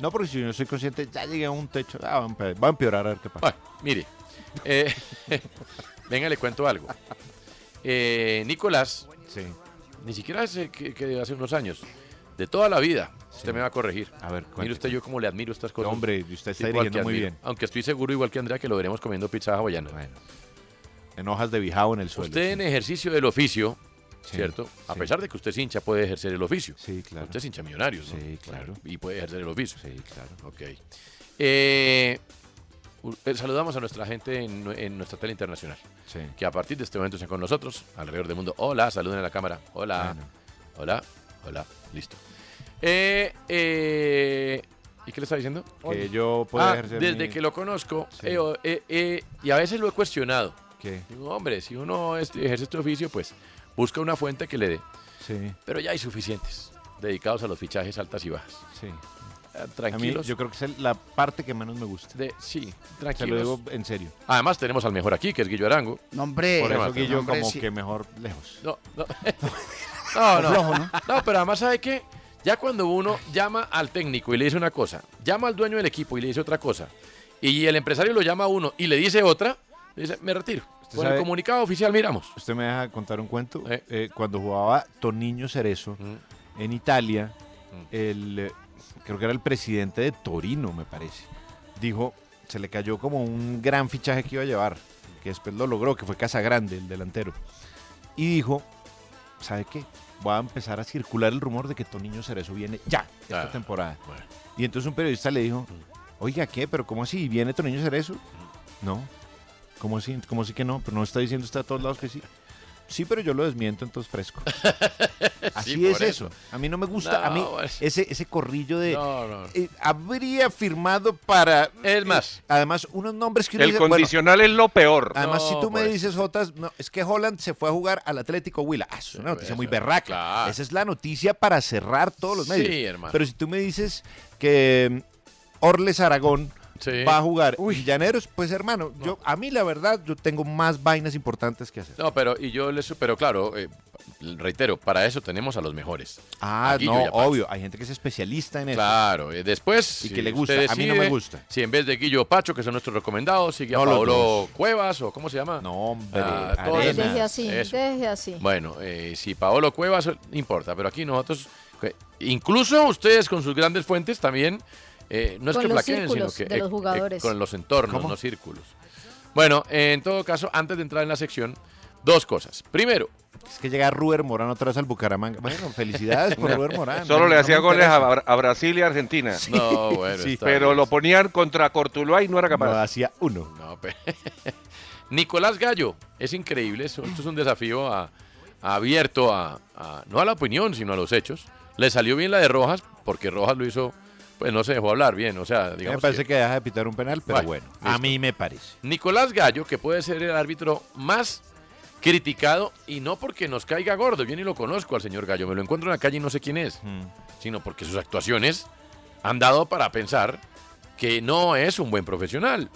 No, porque si yo no soy consciente, ya llegué a un techo. Ah, va a empe- va a empeorar a ver qué pasa. Bueno, mire, eh, [laughs] venga, le cuento algo. Eh, Nicolás, ni siquiera hace, que, que hace unos años, de toda la vida, usted me va a corregir. A ver, mire cuénteme. usted, yo como le admiro estas cosas. Hombre, y usted está Igual que dirigiendo muy admiro. bien. Aunque estoy seguro, igual que Andrea, que lo veremos comiendo pizza hawaiana. En hojas de bijao en el suelo. Usted sí. en ejercicio del oficio, Sí, ¿cierto? A sí. pesar de que usted es hincha, puede ejercer el oficio. Sí, claro. Usted es hincha millonario, ¿no? Sí, claro. Y puede ejercer el oficio. Sí, claro. Ok. Eh, u- eh, saludamos a nuestra gente en, nue- en nuestra tele internacional. Sí. Que a partir de este momento están con nosotros, alrededor del mundo. Hola, saluden a la cámara. Hola. Hola. Hola. Listo. Eh, eh, ¿Y qué le está diciendo? Que yo puedo Ah, ejercer Desde mi- que lo conozco, Sí. eh, o- eh, eh, y a veces lo he cuestionado. ¿Qué? Digo, hombre, si uno este- ejerce este oficio, pues busca una fuente que le dé. Sí. Pero ya hay suficientes dedicados a los fichajes altas y bajas. Sí. Eh, A tranquilos. mí, yo creo que es la parte que menos me gusta. sí, Se tranquilos. lo digo en serio. Además, tenemos al mejor aquí, que es Guillo Arango. No, hombre. Por Por eso, ejemplo, Guillo, no, hombre, como sí. que mejor lejos. No, no. [laughs] no, no. flojo, ¿no? pero además, ¿sabe qué? Ya cuando uno llama al técnico y le dice una cosa, llama al dueño del equipo y le dice otra cosa, y el empresario lo llama a uno y le dice otra, le dice, me retiro. Con el sabe- comunicado oficial miramos. Usted me deja contar un cuento. Eh, cuando jugaba Toniño Cerezo Mm. en Italia, el, eh, creo que era el presidente de Torino, me parece, dijo, se le cayó como un gran fichaje que iba a llevar, que después lo logró, que fue Casagrande, el delantero. Y dijo, ¿sabe qué? Va a empezar a circular el rumor de que Toniño Cerezo viene ya, esta Ah, temporada. bueno. Mm. Y entonces un periodista le dijo, oiga, ¿qué? ¿Pero cómo así? ¿Viene Toniño Cerezo? No. ¿Cómo así? ¿Cómo así que no? Pero no está diciendo usted a todos lados que sí. Sí, pero yo lo desmiento, [laughs] entonces fresco. Así Sí, es por eso. eso. A mí no me gusta. a mí No, es- ese, ese corrillo de... No, no. eh, habría firmado para... eh, Es más. además, unos nombres que uno El dice, bueno, condicional es lo peor. Además, si tú me pues. dices dices, Jotas, no, es que Holland se fue a jugar al Atlético Huila. Ah, eso es una noticia muy berraca. Esa es la noticia para cerrar todos los pues, Sí, medios. hermano. Pero si tú me dices que mm, Orles Aragón Sí. va a jugar Villaneros, pues hermano, yo a mí la verdad yo tengo más vainas importantes que hacer. No, pero y yo le supero, claro, eh, reitero, para eso tenemos a los mejores. Ah, Aguillo no, y a Pacho. obvio, hay gente que es especialista en eso. Claro, eh, después Y si que le usted gusta, a mí no me decide, gusta. Si en vez de Guillo o Pacho, que son nuestros recomendados, sigue a No, los Paolo dos. Cuevas o ¿cómo se llama? Ah, No, hombre, todos- Arenas. Deje así, Eso. deje así. Bueno, eh, si Paolo Cuevas, no importa, pero aquí nosotros, eh, incluso ustedes con sus grandes fuentes también, eh, no es Con que los flaqueen, sino círculos que eh, de los jugadores. con los entornos, no círculos. Bueno, eh, en todo caso, antes de entrar en la sección, dos cosas. Primero, Es que llega Ruber Morán otra vez al Bucaramanga. Bueno, felicidades [laughs] por Ruber Morán. Solo No, le no hacía me goles a, interesa. Bra- a Brasil y Argentina. Sí. No, bueno, está pero bien. lo ponían contra Cortuluá y no era capaz. No, hacía uno. No, pe- Nicolás Gallo, es increíble, eso, esto es un desafío a- a abierto a, a- no a la opinión, sino a los hechos. Le salió bien la de Rojas, porque Rojas lo hizo, pues no se dejó hablar bien, o sea, digamos me parece que- que deja de pitar un penal, pero bueno, Ah. a listo. mí me parece. Nicolás Gallo, que puede ser el árbitro más criticado, y no porque nos caiga gordo, yo ni lo conozco al señor Gallo, me lo encuentro en la calle y no sé quién es, Mm. sino porque sus actuaciones han dado para pensar que no es un buen profesional,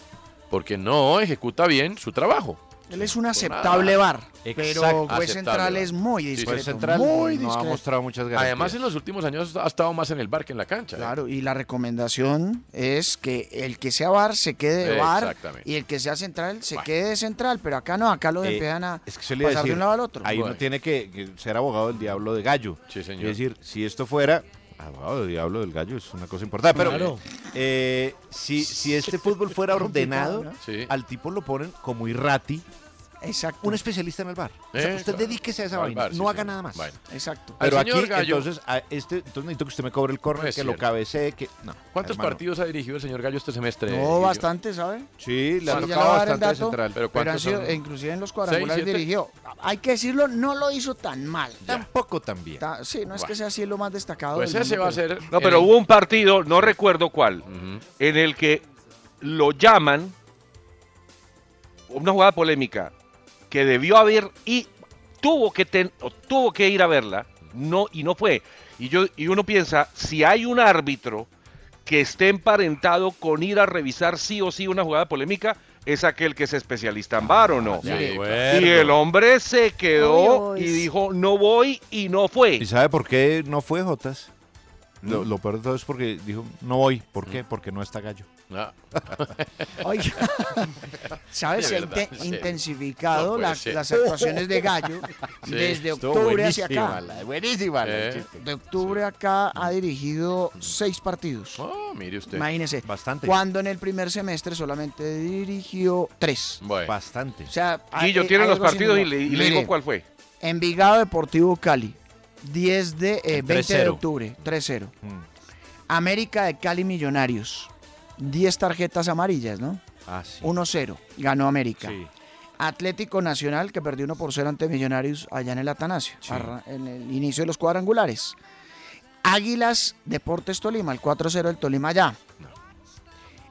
porque no ejecuta bien su trabajo. Él es un aceptable bar, pero juez Aceptable central bar. es muy Sí, sí. discreto. muy discreto. Además, en los últimos años ha estado más en el bar que en la cancha. ¿eh? Claro, y la recomendación es que el que sea bar se quede de bar Exactamente. y el que sea central se quede de central, pero acá no, acá lo Eh, empiezan a es que se le iba a pasar de decir, un lado al otro. Ahí uno tiene que, que ser abogado del diablo de gallo. señor. Es decir, si esto fuera abogado del diablo del gallo es una cosa importante, pero Claro. eh, si, si [laughs] este fútbol fuera ordenado, ¿no? Sí. al tipo lo ponen como irrati. Exacto. Un especialista en el bar. O sea, Eh, usted claro. dedíquese a esa Al vaina, bar, sí, no haga señor. nada más. Bueno. Exacto. Pero Al señor aquí, Gallo- entonces, a este, entonces necesito que usted me cobre el córner, No que es lo cierto. cabecee, que... No, ¿Cuántos hermano. partidos ha dirigido el señor Gallo este semestre? No, Guillo? bastante, ¿sabe? Sí, le Sí, ha ya le tocado voy a dar el bastante de dato, central. Pero Pero han ¿cuántos sido, son? inclusive en los ¿Seis, cuadrangulares siete? dirigió. Hay que decirlo, no lo hizo tan mal. Tampoco tan bien. Ta- sí, no es Bueno. que sea así lo más destacado. Pues del mundo, pero- No, pero hubo un partido, no recuerdo cuál, en el que lo llaman una jugada polémica que debió haber y tuvo que ten- o tuvo que ir a verla, no y no fue. Y yo y uno piensa, si hay un árbitro que esté emparentado con ir a revisar sí o sí una jugada polémica, es aquel que es especialista en VAR o no. de y acuerdo. el hombre se quedó Obvio, y es- dijo, no voy y no fue. ¿Y sabe por qué no fue Jotas? Mm. Lo, lo peor de todo es porque dijo, no voy. ¿Por qué? Porque no está gallo. Ah. [laughs] [laughs] [laughs] Oiga, ¿sabes? De Se ha verdad, inten- en serio. intensificado No puede las, ser. las actuaciones de Gallo Sí. desde Estuvo octubre hacia buenísima acá. Eh, la- buenísima la Eh, del chiste. De octubre acá ha dirigido seis partidos. Oh, mire usted. Imagínese. Bastante. Cuando en el primer semestre solamente dirigió tres. Bastante. O sea, Y yo hay- tiene hay los algo partidos y similar. le, y le Mire, digo cuál fue. Envigado Deportivo Cali, 10 de eh, 20 de 3-0. octubre, 3-0. Mm. América de Cali Millonarios, 10 tarjetas amarillas, ¿no? Ah, sí. 1-0, ganó América. Sí. Atlético Nacional, que perdió 1 por 0 ante Millonarios allá en el Atanasio, arra- en el inicio de los cuadrangulares. Águilas Deportes Tolima, el 4-0 del Tolima allá.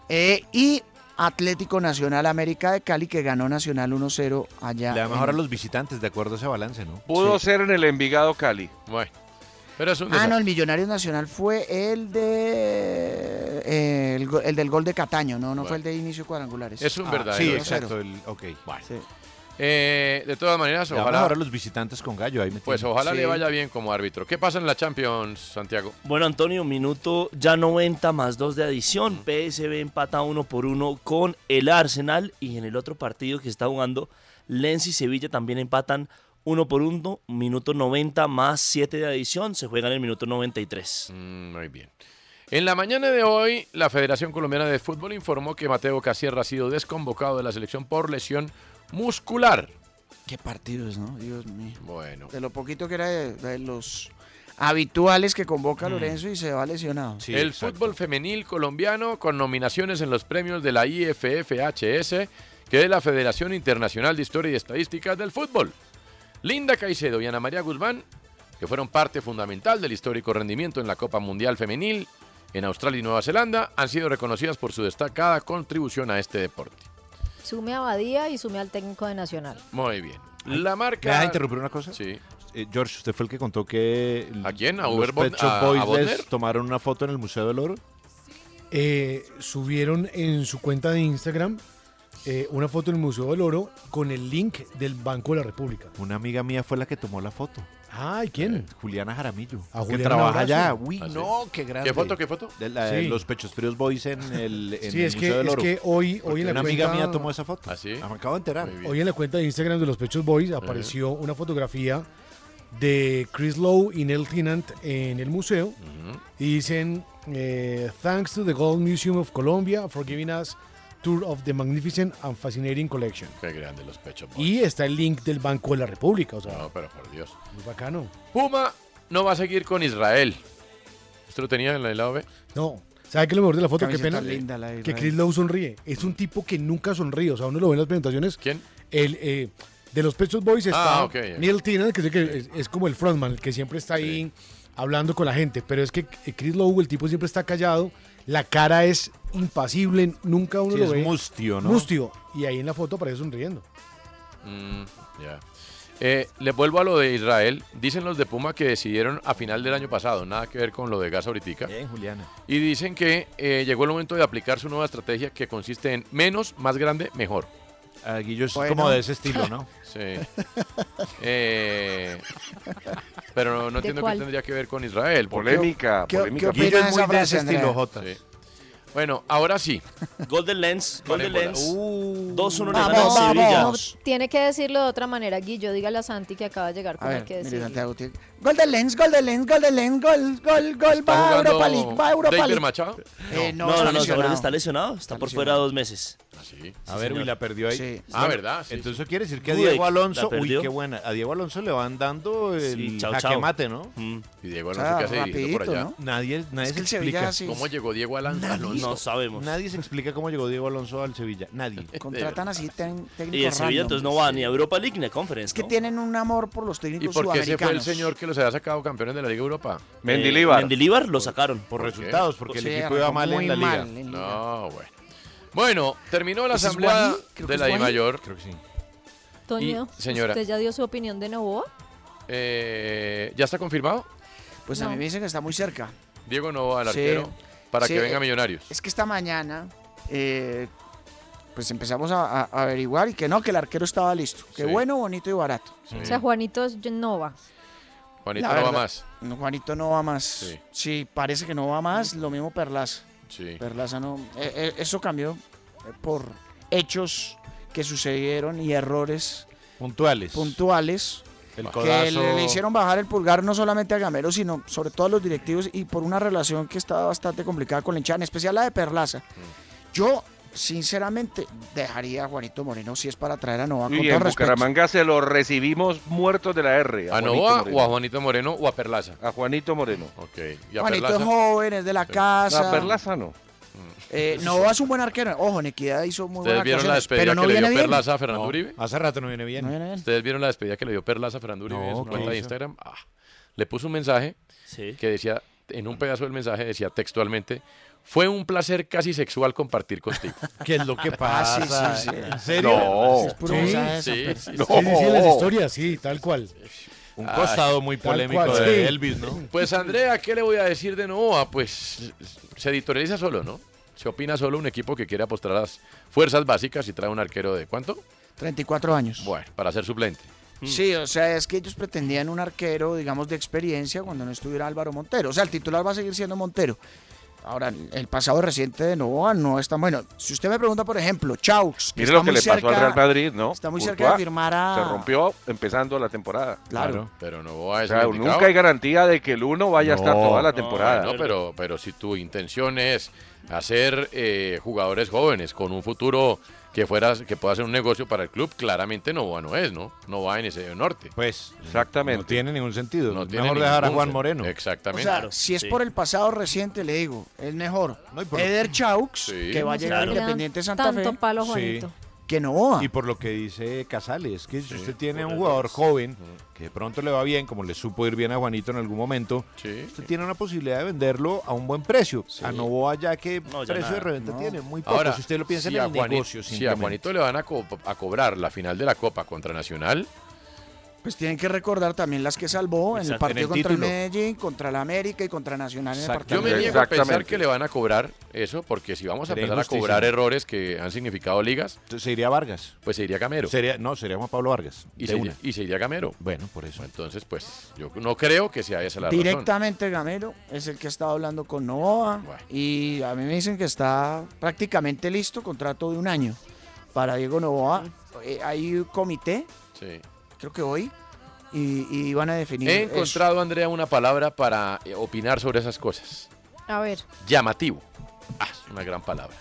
Eh, y Atlético Nacional América de Cali, que ganó Nacional 1-0 allá. Le da en- mejor a los visitantes, de acuerdo a ese balance, ¿no? Pudo ser en el Envigado Cali. Bueno. Pero es un Ah, no, el Millonario Nacional fue el de eh, el, go- el del gol de Cataño, no, no fue el de inicio cuadrangulares. Es un Ah, verdadero. Sí, Cero. exacto. el- ok. Eh, de todas maneras, Le da ojalá, mejor a los visitantes con gallo. Ahí me pues, tiene. ojalá Sí. le vaya bien como árbitro. ¿Qué pasa en la Champions, Santiago? Bueno, Antonio, minuto ya 90 más 2 de adición. PSV empata 1 por 1 con el Arsenal. Y en el otro partido que está jugando, Lens y Sevilla también empatan 1 por 1. Minuto 90 más 7 de adición. Se juega en el minuto 93. Mm, muy bien. En la mañana de hoy, la Federación Colombiana de Fútbol informó que Mateo Casierra ha sido desconvocado de la selección por lesión muscular. Qué partidos, ¿no? Dios mío. Bueno. De lo poquito que era de, de los habituales que convoca Mm. Lorenzo y se va lesionado. el fútbol femenil colombiano con nominaciones en los premios de la IFFHS, que es la Federación Internacional de Historia y Estadísticas del Fútbol. Linda Caicedo y Ana María Guzmán, que fueron parte fundamental del histórico rendimiento en la Copa Mundial Femenil en Australia y Nueva Zelanda, han sido reconocidas por su destacada contribución a este deporte. Sume a Badía y sume al técnico de Nacional. Muy bien. La marca... ¿Me deja interrumpir una cosa? Eh, Sí. George, usted fue el que contó que... el- ¿A quién? ¿A los Uber Bot- Pet Shop a- a Boys les Bodner? tomaron una foto en el Museo del Oro. eh, subieron en su cuenta de Instagram eh, una foto del Museo del Oro con el link del Banco de la República. Una amiga mía fue la que tomó la foto. Eh, Ay, ¿quién? Juliana Jaramillo. A que Juliana, un trabaja abrazo. allá. Uy, Ah, sí. no, qué grande. ¿Qué foto, qué foto? De la- de Sí. los Pechos Fríos Boys en el en Sí, el es que- Museo del es Oro. que hoy- hoy en Porque la Una amiga cuenta- mía tomó esa ¿Ah, foto. ¿Así? Me acabo de enterar. Hoy en la cuenta de Instagram de los Pechos Boys apareció Eh. una fotografía de Chris Lowe y Neil Tennant en el museo. Mm. Y dicen, eh, thanks to the Gold Museum of Colombia for giving us tour of the magnificent and fascinating collection. Qué grande los pechos. Y está el link del Banco de la República, o sea, No, pero por Dios. muy bacano. Puma no va a seguir con Israel. ¿Usted lo tenía en el lado B? No, ¿sabe qué es lo mejor de la foto? Qué Camiseta pena. linda la de que Israel. Chris Lowe sonríe. Es un tipo que nunca sonríe. O sea, uno lo ve en las presentaciones. ¿Quién? El, eh, de los Pechos Boys está Ah, ok, ok. Neil Tennant, que, es, el que es- es como el frontman, el que siempre está ahí hablando con la gente. Pero es que eh, Chris Lowe, el tipo siempre está callado. La cara es impasible. Nunca uno Sí, lo es ve. mustio, ¿no? Mustio. Y ahí en la foto aparece sonriendo. Mm, ya. Eh, le vuelvo a lo de Israel. Dicen los de Puma que decidieron a final del año pasado, nada que ver con lo de gas ahorita. Bien, Juliana. Y dicen que eh, llegó el momento de aplicar su nueva estrategia que consiste en menos, más grande, mejor. Ah, Guillo es Bueno. como de ese estilo, ¿no? [laughs] sí. Eh, pero no, ¿De entiendo qué cuál? tendría que ver con Israel. porque- Polémica, ¿Qué- polémica. qué Guillo opinas de esa frase, Andrea? Sí. Bueno, ahora sí. Golden Lens, Golden Vale, Uh. Lens. 2-1 le Vamos, gana al Sevilla. No, tiene que decirlo de otra manera, Guillo. Dígale a Santi que acaba de llegar A con el ver, que mire, decir. Santiago tiene- Gol de Lens, gol de Lens, gol de Lens, gol, gol, gol, va a Europa League, va a Europa David League. Machado. Eh, no, no, está no, no, lesionado. Samuel está lesionado. Está, por fuera dos meses. A ver, uy, la perdió ahí. Ah, ¿verdad? Sí, Entonces sí. quiere decir que a Dudek Diego la Alonso, uy, perdió. qué buena. A Diego Alonso le van dando el Sí, chao, jaque chao. mate, ¿no? Y Diego Alonso, ¿qué hace dirigiendo por allá? Nadie, nadie Es que se el Sevilla explica. sí es- ¿Cómo llegó Diego Alan- Alonso? No [laughs] sabemos. Nadie se explica cómo llegó Diego Alonso al Sevilla. Nadie. Contratan así tec- técnicos Y el Sevilla random. entonces no va ni a Europa League ni a Conference. Que tienen un amor por los ¿Y técnicos por qué se fue el sudamericanos. señor que los había sacado campeones de la Liga Europa? Mendilibar. Mendilibar lo sacaron. Por resultados, porque el equipo iba mal en la liga. No, bueno. Bueno, terminó la ¿Ese es asamblea Guají? Creo que de es la Guají. DIMAYOR. Creo que sí. Toño, Y, señora. ¿usted ya dio su opinión de Novoa? Eh, ¿Ya está confirmado? Pues a No. mí me dicen que está muy cerca. Diego Novoa, el Sí. arquero, para Sí, que venga eh, Millonarios. Es que esta mañana, eh, pues empezamos a, a- a averiguar y que no, que el arquero estaba listo. Que Sí. bueno, bonito y barato. O sea, Juanito Nova. Juanito La no va verdad, más. no, Juanito no va más. Sí. Sí. parece que no va más. Lo mismo Perlaza. Sí. Perlaza no. eh, eh, eso cambió eh, por hechos que sucedieron y errores Puntuales. puntuales. El Que codazo. le, le hicieron bajar el pulgar no solamente a Gamero, sino sobre todo a los directivos y por una relación que estaba bastante complicada con la hinchada, en especial la de Perlaza. Mm. Yo, sinceramente, dejaría a Juanito Moreno si es para traer a Nova con Y todo en respeto. Bucaramanga se lo recibimos muertos de la R. ¿A Novoa o a Juanito Moreno o a Perlaza? A Juanito Moreno. Ok. ¿Y a Juanito es Perlaza? joven, es de la casa. No, a Perlaza no. Eh, Nova es un buen arquero. Ojo, en Equidad hizo muy buena ¿Ustedes vieron actuación, la despedida pero no que le viene dio bien. Perlaza a Fernando No, Uribe? Hace rato no viene bien. ¿Ustedes vieron la despedida que le dio Perlaza a Fernando Uribe en su ¿qué cuenta de hizo? Instagram? Ah, le puso un mensaje que decía, en un pedazo del mensaje decía textualmente, fue un placer casi sexual compartir contigo. ¿Qué es lo que [laughs] Ah, sí, pasa? sí, sí. ¿En serio? No. Es pura Sí, cosa esa, sí, pero- sí, sí, no. sí, sí, las historias, sí, tal cual. [laughs] Un Ay, costado muy tal polémico cual, de sí. Elvis, ¿no? Pues Andrea, ¿qué le voy a decir de Novoa? Pues se editorializa solo, ¿no? Se opina solo un equipo que quiere apostar a las fuerzas básicas y trae un arquero de ¿cuánto? 34 años. Bueno, para ser suplente. Sí, o sea, es que ellos pretendían un arquero, digamos, de experiencia cuando no estuviera Álvaro Montero. O sea, el titular va a seguir siendo Montero. Ahora, el pasado reciente de Novoa no es tan bueno. Si usted me pregunta, por ejemplo, Chaux, que Mire está lo que muy le pasó cerca- al Real Madrid, ¿no? Está muy Courtois cerca de firmar a... Se rompió empezando la temporada. Claro. Pero Novoa O Ah, es sea, el indicado. nunca hay garantía de que el uno vaya a estar No, toda la no, temporada. No, pero, pero si tu intención es hacer eh, jugadores jóvenes con un futuro que fueras, que pueda ser un negocio para el club, claramente Novoa no es, ¿no? No va en ese norte. Pues, exactamente. No tiene ningún sentido. No tiene Mejor dejar a ningún Juan sen- Moreno. O Exactamente. sea, si es por el pasado reciente, le digo, es mejor Eder Chaux, Sí. que va a llegar Claro. Independiente Santa Tanto Fe. palo, Sí. Juanito. Que no. Y por lo que dice Casales, que si usted tiene un jugador joven Mm. que de pronto le va bien, como le supo ir bien a Juanito en algún momento, usted tiene una posibilidad de venderlo a un buen precio. A Novoa ya que ya precio de nada. reventa No. tiene muy poco. Ahora, si usted lo piensa si en a el Juanito- negocio, si a Juanito le van a, co- a cobrar la final de la Copa contra Nacional, Pues tienen que recordar también las que salvó en el Exacto, en partido el contra el título. Medellín, contra el América y contra Nacional en el partido. Yo me niego a pensar que le van a cobrar eso, porque si vamos a Sería empezar a injusticia. cobrar errores que han significado ligas. Se iría Vargas. Pues se iría Camero. Sería, no, sería Juan Pablo Vargas. y, de se una. iría, y se iría Gamero. Bueno, por eso. Entonces, pues, yo no creo que sea esa la razón. Directamente Gamero es el que ha estado hablando con Novoa y a mí me dicen que está prácticamente listo, contrato de un año para Diego Novoa. Eh, Hay un comité, Sí. creo que hoy, y, y van a definir. He eso. encontrado, Andrea, una palabra para eh, opinar sobre esas cosas. A ver. Llamativo. Ah, es una gran palabra.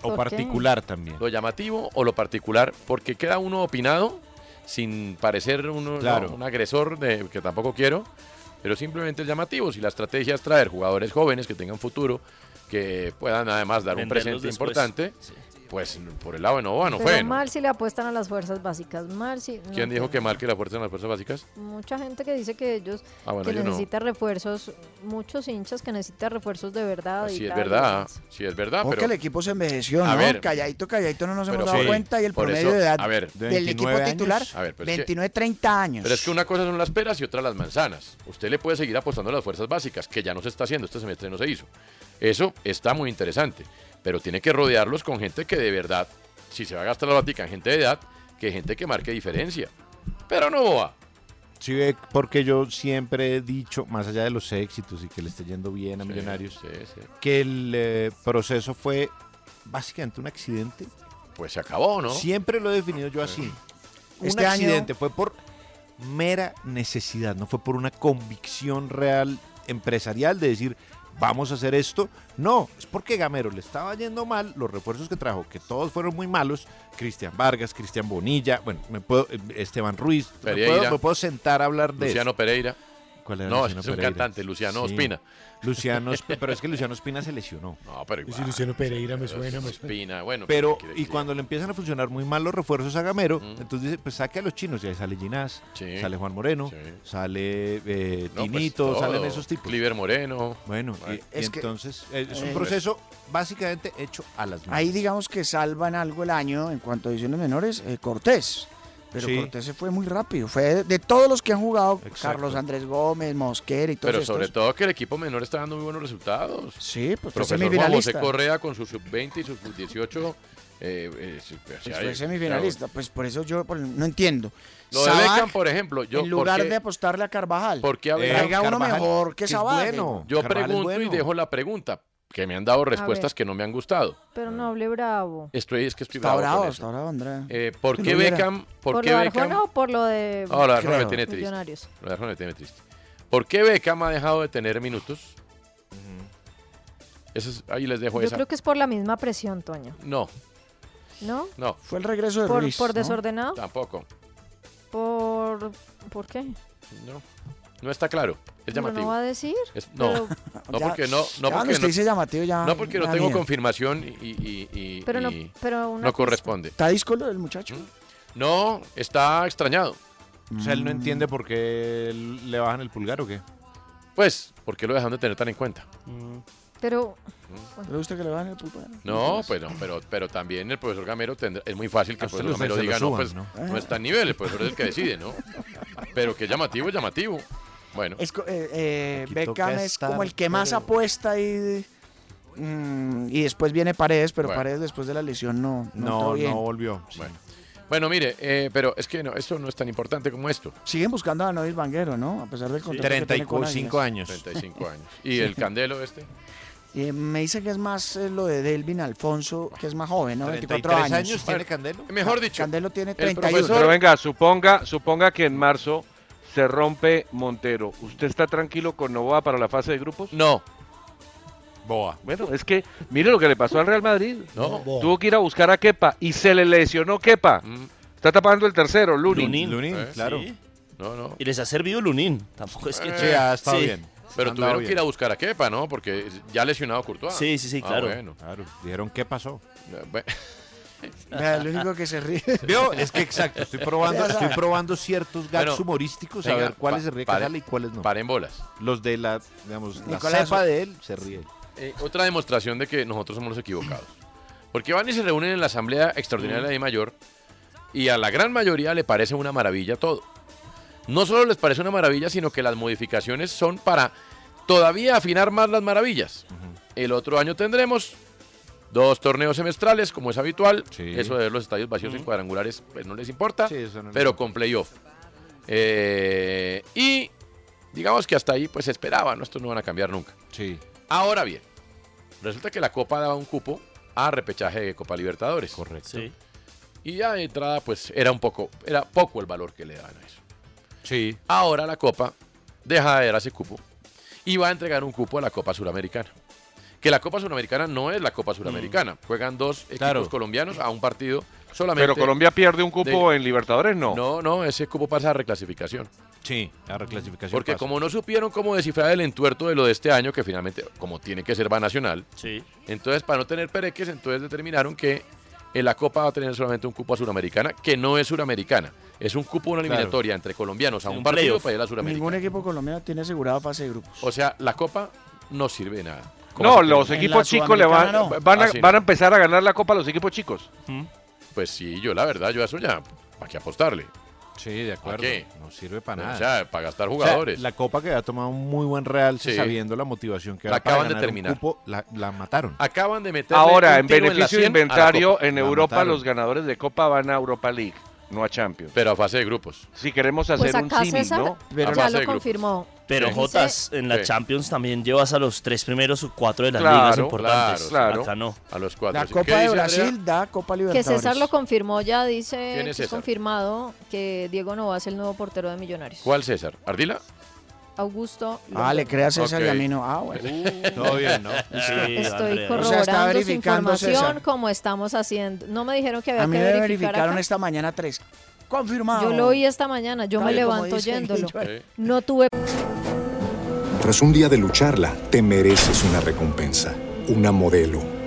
O Ok. particular también. Lo llamativo o lo particular, porque queda uno opinado sin parecer uno, Claro. no, un agresor de, que tampoco quiero, pero simplemente es llamativo. Si la estrategia es traer jugadores jóvenes que tengan futuro, que puedan además dar un Venderlos presente después. importante, pues por el lado de Novoa no Pero fue. ¿no? mal si le apuestan a las fuerzas básicas. Mal si. no, ¿Quién dijo pero- que mal que la fuerza en las fuerzas básicas? Mucha gente que dice que ellos Ah, bueno, que yo no. necesita refuerzos, muchos hinchas que necesitan refuerzos de verdad. y Sí, es tal, y verdad, demás. sí, es verdad, Porque pero... el equipo se envejeció, A ¿no? ver. calladito, calladito, no nos hemos Pero dado sí, cuenta y el por promedio eso, de edad a ver, de del equipo 29 años. titular, A ver, pero es que- 29, 30 años. Pero es que una cosa son las peras y otra las manzanas. Usted le puede seguir apostando a las fuerzas básicas, que ya no se está haciendo, este semestre no se hizo. Eso está muy interesante, pero tiene que rodearlos con gente que de verdad, si se va a gastar la batica en gente de edad, que gente que marque diferencia. Pero no boba. Sí, ve, porque yo siempre he dicho, más allá de los éxitos y que le esté yendo bien a Sí, Millonarios, sí, sí. que el eh, proceso fue básicamente un accidente. Pues se acabó, ¿no? Siempre lo he definido yo así. Un Este año- accidente fue por mera necesidad, no fue por una convicción real empresarial de decir, vamos a hacer esto. No, es porque Gamero le estaba yendo mal los refuerzos que trajo, que todos fueron muy malos. Cristian Vargas, Cristian Bonilla, bueno, me puedo, eh, Esteban Ruiz, me Pereira. puedo, me puedo sentar a hablar de Luciano eso. Pereira. ¿Cuál era No, Luciano es un Pereira? cantante, Luciano Sí. Ospina. Luciano Ospina, pero es que Luciano Ospina se lesionó. No, pero igual. Sí, Luciano Pereira me suena, me suena. Espina, bueno. Pero, ¿qué quiere y decir? cuando le empiezan a funcionar muy mal los refuerzos a Gamero, Mm. entonces dice, pues saque a los chinos, y ahí sale Ginás, sale Juan Moreno, sale No, eh, pues, Tinito, todo. salen esos tipos. Cliver Moreno. Bueno, y- y, Es que- entonces eh, es un eh, proceso básicamente hecho a las manos. Ahí digamos que salvan algo el año en cuanto a divisiones menores, eh, Cortés. Pero Sí. Cortés se fue muy rápido. Fue de, de todos los que han jugado, Exacto. Carlos Andrés Gómez, Mosquera y todos Pero estos. sobre todo que el equipo menor está dando muy buenos resultados. Sí, pues fue Profesor Juan José semifinalista. Correa con su sub-20 y su sub-18. eh, eh, se- se- Pues ahí- fue semifinalista. Pues por eso yo por- no entiendo. Lo de Sabac, Beckham, por ejemplo, yo- en lugar ¿por qué? de apostarle a Carvajal, ¿Por qué habría- traiga uno Carvajal, mejor que eh. que es Sabal. bueno. Yo pregunto y dejo la pregunta, que me han dado respuestas ver. que no me han gustado. Pero no hable bravo. Estoy, es que estoy Está bravo con bravo, eso. está bravo, Andrea. Eh, ¿Por Que qué lo hubiera. Beckham? ¿Por, ¿Por qué lo de Beckham? Arjona o por lo de Ahora, Arjona me Creo. tiene triste. Millonarios? Lo de Arjona me tiene triste. ¿Por qué Beckham ha dejado de tener minutos? Eso es- ahí les dejo Yo esa. creo que es por la misma presión, Toño. No, ¿No? no. Fue el regreso de ¿Por, Ruiz. por ¿no? desordenado? Tampoco. ¿Por, ¿por qué? No. No está claro. Es Pero llamativo. no va a decir. Es- no, Pero, no Ya- porque no, no ya cuando porque usted no, dice llamativo ya no porque no da tengo miedo. confirmación y, y- y- y- Pero no- y pero una no cosa- corresponde. ¿Está discolo el muchacho? ¿Mm? No, está extrañado. O sea, él no entiende por qué le bajan el pulgar o qué. Pues, ¿por qué lo dejan de tener tan en cuenta? pero ¿Le gusta que le van el pulgar? No, pues no, pero, pero también el profesor Gamero tendrá, es muy fácil que A el usted profesor Gamero lo- se lo diga, no, suban, pues ¿no? ¿no? está en nivel, el profesor es el que decide, ¿no? Pero que llamativo, es llamativo. Bueno, Es, co- eh, eh, Aquí Beckham toca es estar, como el que más pero- apuesta y, mm, y después viene Paredes, pero Bueno. Paredes después de la lesión no, no, No, entró bien. no volvió. sí. bueno. Bueno, mire, eh, pero es que no, esto no es tan importante como esto. Siguen buscando a Noel Vanguero, ¿no? A pesar del contrato. que tiene con 35 Águilas. años. 35 [laughs] años. ¿Y el [laughs] Candelo este? Eh, me dice que es más eh, lo de Delvin Alfonso, que es más joven, ¿no? 24 33 años. años tiene Candelo. Mejor dicho, Candelo tiene el 31. profesor- Pero venga, suponga, suponga que en marzo se rompe Montero. ¿Usted está tranquilo con Novoa para la fase de grupos? No. Boa. Bueno, es que mire lo que le pasó al Real Madrid. No. Tuvo que ir a buscar a Kepa y se le lesionó Kepa. Está tapando el tercero, Lunin. Lunin. Lunin, claro. Sí. No, no. Y les ha servido Lunin. Tampoco es Pues que. Eh, Sí, ha estado Eh, bien. Pero tuvieron Han dado que ir bien. a buscar a Kepa, ¿no? Porque ya lesionado Courtois. Sí, sí, sí, Ah, claro. bueno. Claro, dijeron qué pasó. Eh, bueno. [laughs] Vea, el único que se ríe. Vio, es que exacto, estoy probando, Ya sabe. estoy probando ciertos gags Bueno, humorísticos a venga, ver cuáles pa- se ríe pare- Casale y cuáles no. Paren bolas. Los de la, digamos, la Nicolás- cepa de él se ríe. Eh, otra demostración de que nosotros somos los equivocados. Porque van y se reúnen en la Mm. Asamblea Extraordinaria de la Mayor y a la gran mayoría le parece una maravilla todo. no solo les parece una maravilla, sino que las modificaciones son para todavía afinar más las maravillas. El otro año tendremos dos torneos semestrales, como es habitual. Eso de los estadios vacíos en Ujú. cuadrangulares, pues no les importa, eso no les pero con playoff. Eh, y digamos que hasta ahí pues se esperaba, ¿no? estos no van a cambiar nunca. Sí. Ahora bien, resulta que la Copa daba un cupo a repechaje de Copa Libertadores. Correcto. Y ya de entrada, pues era un poco, era poco el valor que le daban a eso. Sí. Ahora la Copa deja de dar ese cupo y va a entregar un cupo a la Copa Suramericana. Que la Copa Suramericana no es la Copa Suramericana. Juegan dos equipos Mm. Claro. colombianos a un partido solamente. Pero Colombia pierde un cupo en Libertadores, no. No, no, ese cupo pasa a reclasificación. Sí, a reclasificación. Porque pasa. como no supieron cómo descifrar el entuerto de lo de este año, que finalmente, como tiene que ser, va nacional. Entonces, para no tener pereques, entonces determinaron que eh, la Copa va a tener solamente un cupo a Suramericana, que no es Suramericana. Es un cupo, una Claro. eliminatoria entre colombianos a Sí, un un partido playoff. para ir a la Suramericana. Ningún equipo colombiano tiene asegurado fase de grupos. Mm. O sea, la Copa no sirve de nada. ¿Cómo No, así que los equipos chicos le van, van, a, Ah, sí, van no. a empezar a ganar la copa los equipos chicos. Mm. Pues sí, yo la verdad, yo a eso ya, ¿para qué apostarle? Sí, de acuerdo. No sirve para nada. O sea, para gastar O sea, jugadores. la copa que ha tomado un muy buen realce Sí. sabiendo la motivación que La va para acaban de ganar un terminar. cupo, la, la mataron. Acaban de meter. Ahora, en tiro en la beneficio de 100 a la inventario, Copa. en La Europa mataron. los ganadores de copa van a Europa League, no a Champions. Pero a fase de grupos. Si queremos hacer Pues acá un símil, César ¿no? ya lo confirmó. Pero Dice- Jotas, en la Champions también llevas a los tres primeros o cuatro de las Claro, ligas importantes. claro, Acá no. A los cuatro. La Copa de Brasil da Copa Que Libertadores. César lo confirmó ya, dice ¿Quién que es es, César? confirmado que Diego Nova es el nuevo portero de Millonarios. ¿Cuál César? ¿Ardila? Augusto. Ah, le creas César y a Ok. mí no. Ah, bueno. Uh, [laughs] Todo bien, [laughs] ¿no? Estoy O corroborando sea, está su verificando, información César. como estamos haciendo. No me dijeron que había A mí que me verificar verificaron acá. esta mañana tres. Confirmado. Yo lo oí esta mañana, yo me Tal y como levanto dice el yéndolo. dicho. No tuve... Tras un día de lucharla, te mereces una recompensa, una modelo,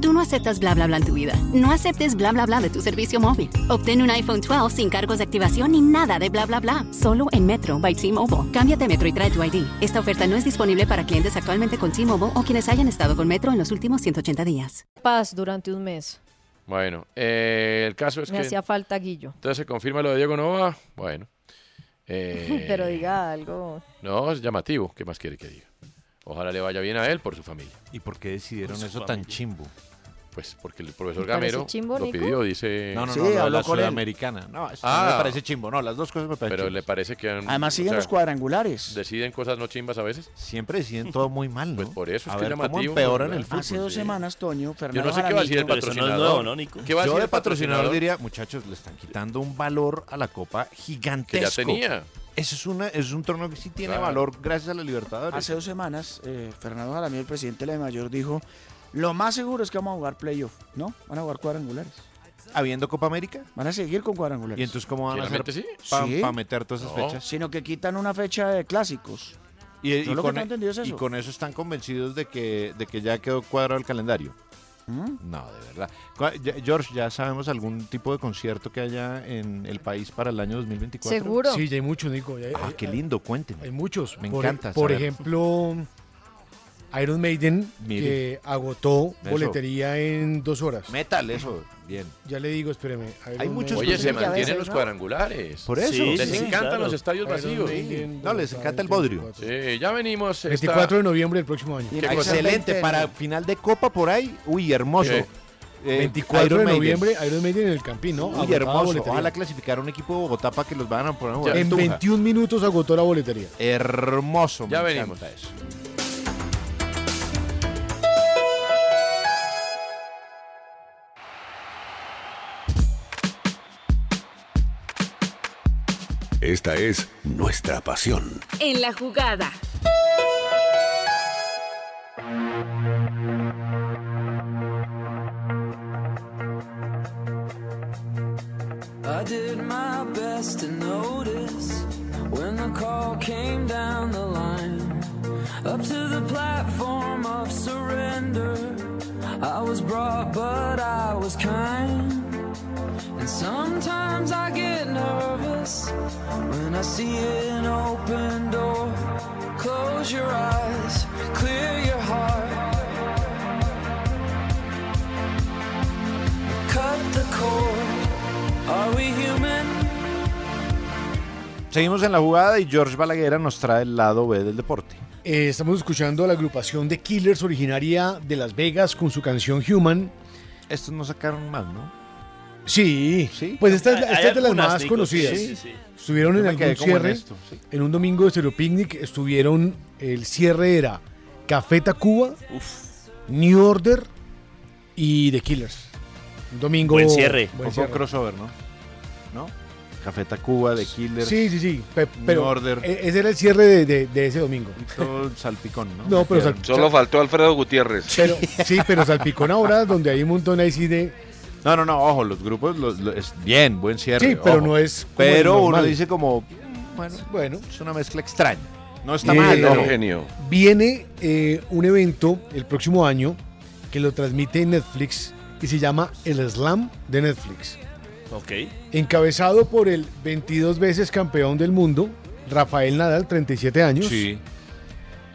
Tú no aceptas bla bla bla en tu vida. No aceptes bla bla bla de tu servicio móvil. Obtén un iPhone 12 sin cargos de activación ni nada de bla bla bla. Solo en Metro by T-Mobile. Cámbiate a Metro y trae tu ID. Esta oferta no es disponible para clientes actualmente con T-Mobile o quienes hayan estado con Metro en los últimos 180 días. paz durante un mes. Bueno, eh, el caso es Me que. hacía falta Guillo. Entonces se confirma lo de Diego Nova. Bueno. Eh, [laughs] Pero diga algo. No, es llamativo. ¿Qué más quiere que diga? Ojalá le vaya bien a él por su familia. ¿Y por qué decidieron Por su eso tan familia. chimbo? Pues porque el profesor ¿Te parece Gamero chimbo, lo Nico? pidió, dice. Ah. No, no, no, Sí, no, habló la Ah. con él. sudamericana. No, eso no me parece chimbo. No, las dos cosas me parecen Pero le parece que. han- Además, o siguen sea, los cuadrangulares. ¿Deciden cosas no chimbas a veces? Siempre deciden todo muy mal, ¿no? Pues por eso A es que es ver, ¿cómo llamativo. empeoran el Hace dos semanas, Toño, Fernando Ah, Yo no sé qué va a decir el Jaramillo- patrocinador. ¿Qué va a Yo decir de el patrocinador patrocinador? diría, muchachos, le están quitando un valor a la copa gigantesco. tenía. Eso es, una, es un torneo que sí tiene Claro. valor gracias a la Libertadores. Hace dos semanas, eh, Fernando Jaramillo, el presidente de la de mayor, dijo: Lo más seguro es que vamos a jugar playoff. No, van a jugar cuadrangulares. ¿Habiendo Copa América? Van a seguir con cuadrangulares. ¿Y entonces cómo van a hacer Claramente sí. para Sí. meter todas esas No. fechas? Sino que quitan una fecha de clásicos. Y, Yo y lo que con, e, no he entendido es y eso. con eso están convencidos de que, de que ya quedó cuadrado el calendario. ¿Mm? No, de verdad. Cua- ya- George, ¿ya sabemos algún tipo de concierto que haya en el país para el año 2024? ¿Seguro? Sí, ya hay mucho, Nico. Ya hay- ah, hay- qué lindo, cuénteme. Hay muchos. Me por, e- encanta. Por saber. ejemplo, Iron Maiden, Mire. que agotó Eso. boletería en dos horas. Metal, eso. Bien. Ya le digo, espéreme. Iron Hay muchos Maiden. Oye, se mantienen los cuadrangulares. Por eso. Sí, les sí, encantan claro. los estadios Iron vacíos. Maiden, No, les encanta el bodrio. Sí, ya venimos. eh, esta- 24 de noviembre del próximo año. ¿Qué cosa? Excelente, para final de Copa por ahí. Uy, hermoso. Sí. Eh, 24 de Iron Maiden. noviembre, Iron Maiden en el Campín, ¿no? Uy, Agotada hermoso. boletería. Ojalá clasificar un equipo de Bogotá para que los van a poner a jugar En Tunja. 21 minutos agotó la boletería. Hermoso. me Ya encanta venimos. eso. Esta es nuestra pasión. En la jugada. did my best to notice when the call came down the line. Up to the platform of surrender, I was brought, but I was kind. And sometimes I get nervous when I see an open door. Close your eyes, clear your heart. Cut the cord. Are we human? Seguimos en la jugada y George Balaguer nos trae el lado B del deporte. Eh, estamos escuchando a la agrupación de Killers originaria de Las Vegas con su canción Human. Estos no sacaron más, ¿no? Sí, pues esta, es la- Hay esta es de las algunas, más Nico, conocidas. sí, sí, sí. Estuvieron Yo en me quedé algún como en cierre, en, esto, sí. un domingo de Stereo Picnic, estuvieron, el cierre era Café Tacuba, New Order y The Killers. Un domingo... Buen cierre. buen Poco cierre. crossover, ¿no? ¿No? Café Tacuba, The Killer. Sí, sí, sí, pe- New pero Order. e- ese era el cierre de, de- de ese domingo. Todo el salpicón, ¿no? No, pero sal- Solo sal- faltó Alfredo Gutiérrez. Pero, sí, pero Salpicón ahora, donde hay un montón ahí sí de... [laughs] No, no, no, ojo, los grupos los- los- es bien, buen cierre. Sí, pero ojo. no es como el Pero uno normal. dice como, Bueno, bueno. es una mezcla extraña. No está Eh, mal, no. ojo. Viene eh, un evento el próximo año que lo transmite Netflix y se llama El Slam de Netflix. Ok. Encabezado por el 22 veces campeón del mundo, Rafael Nadal, 37 años. Sí.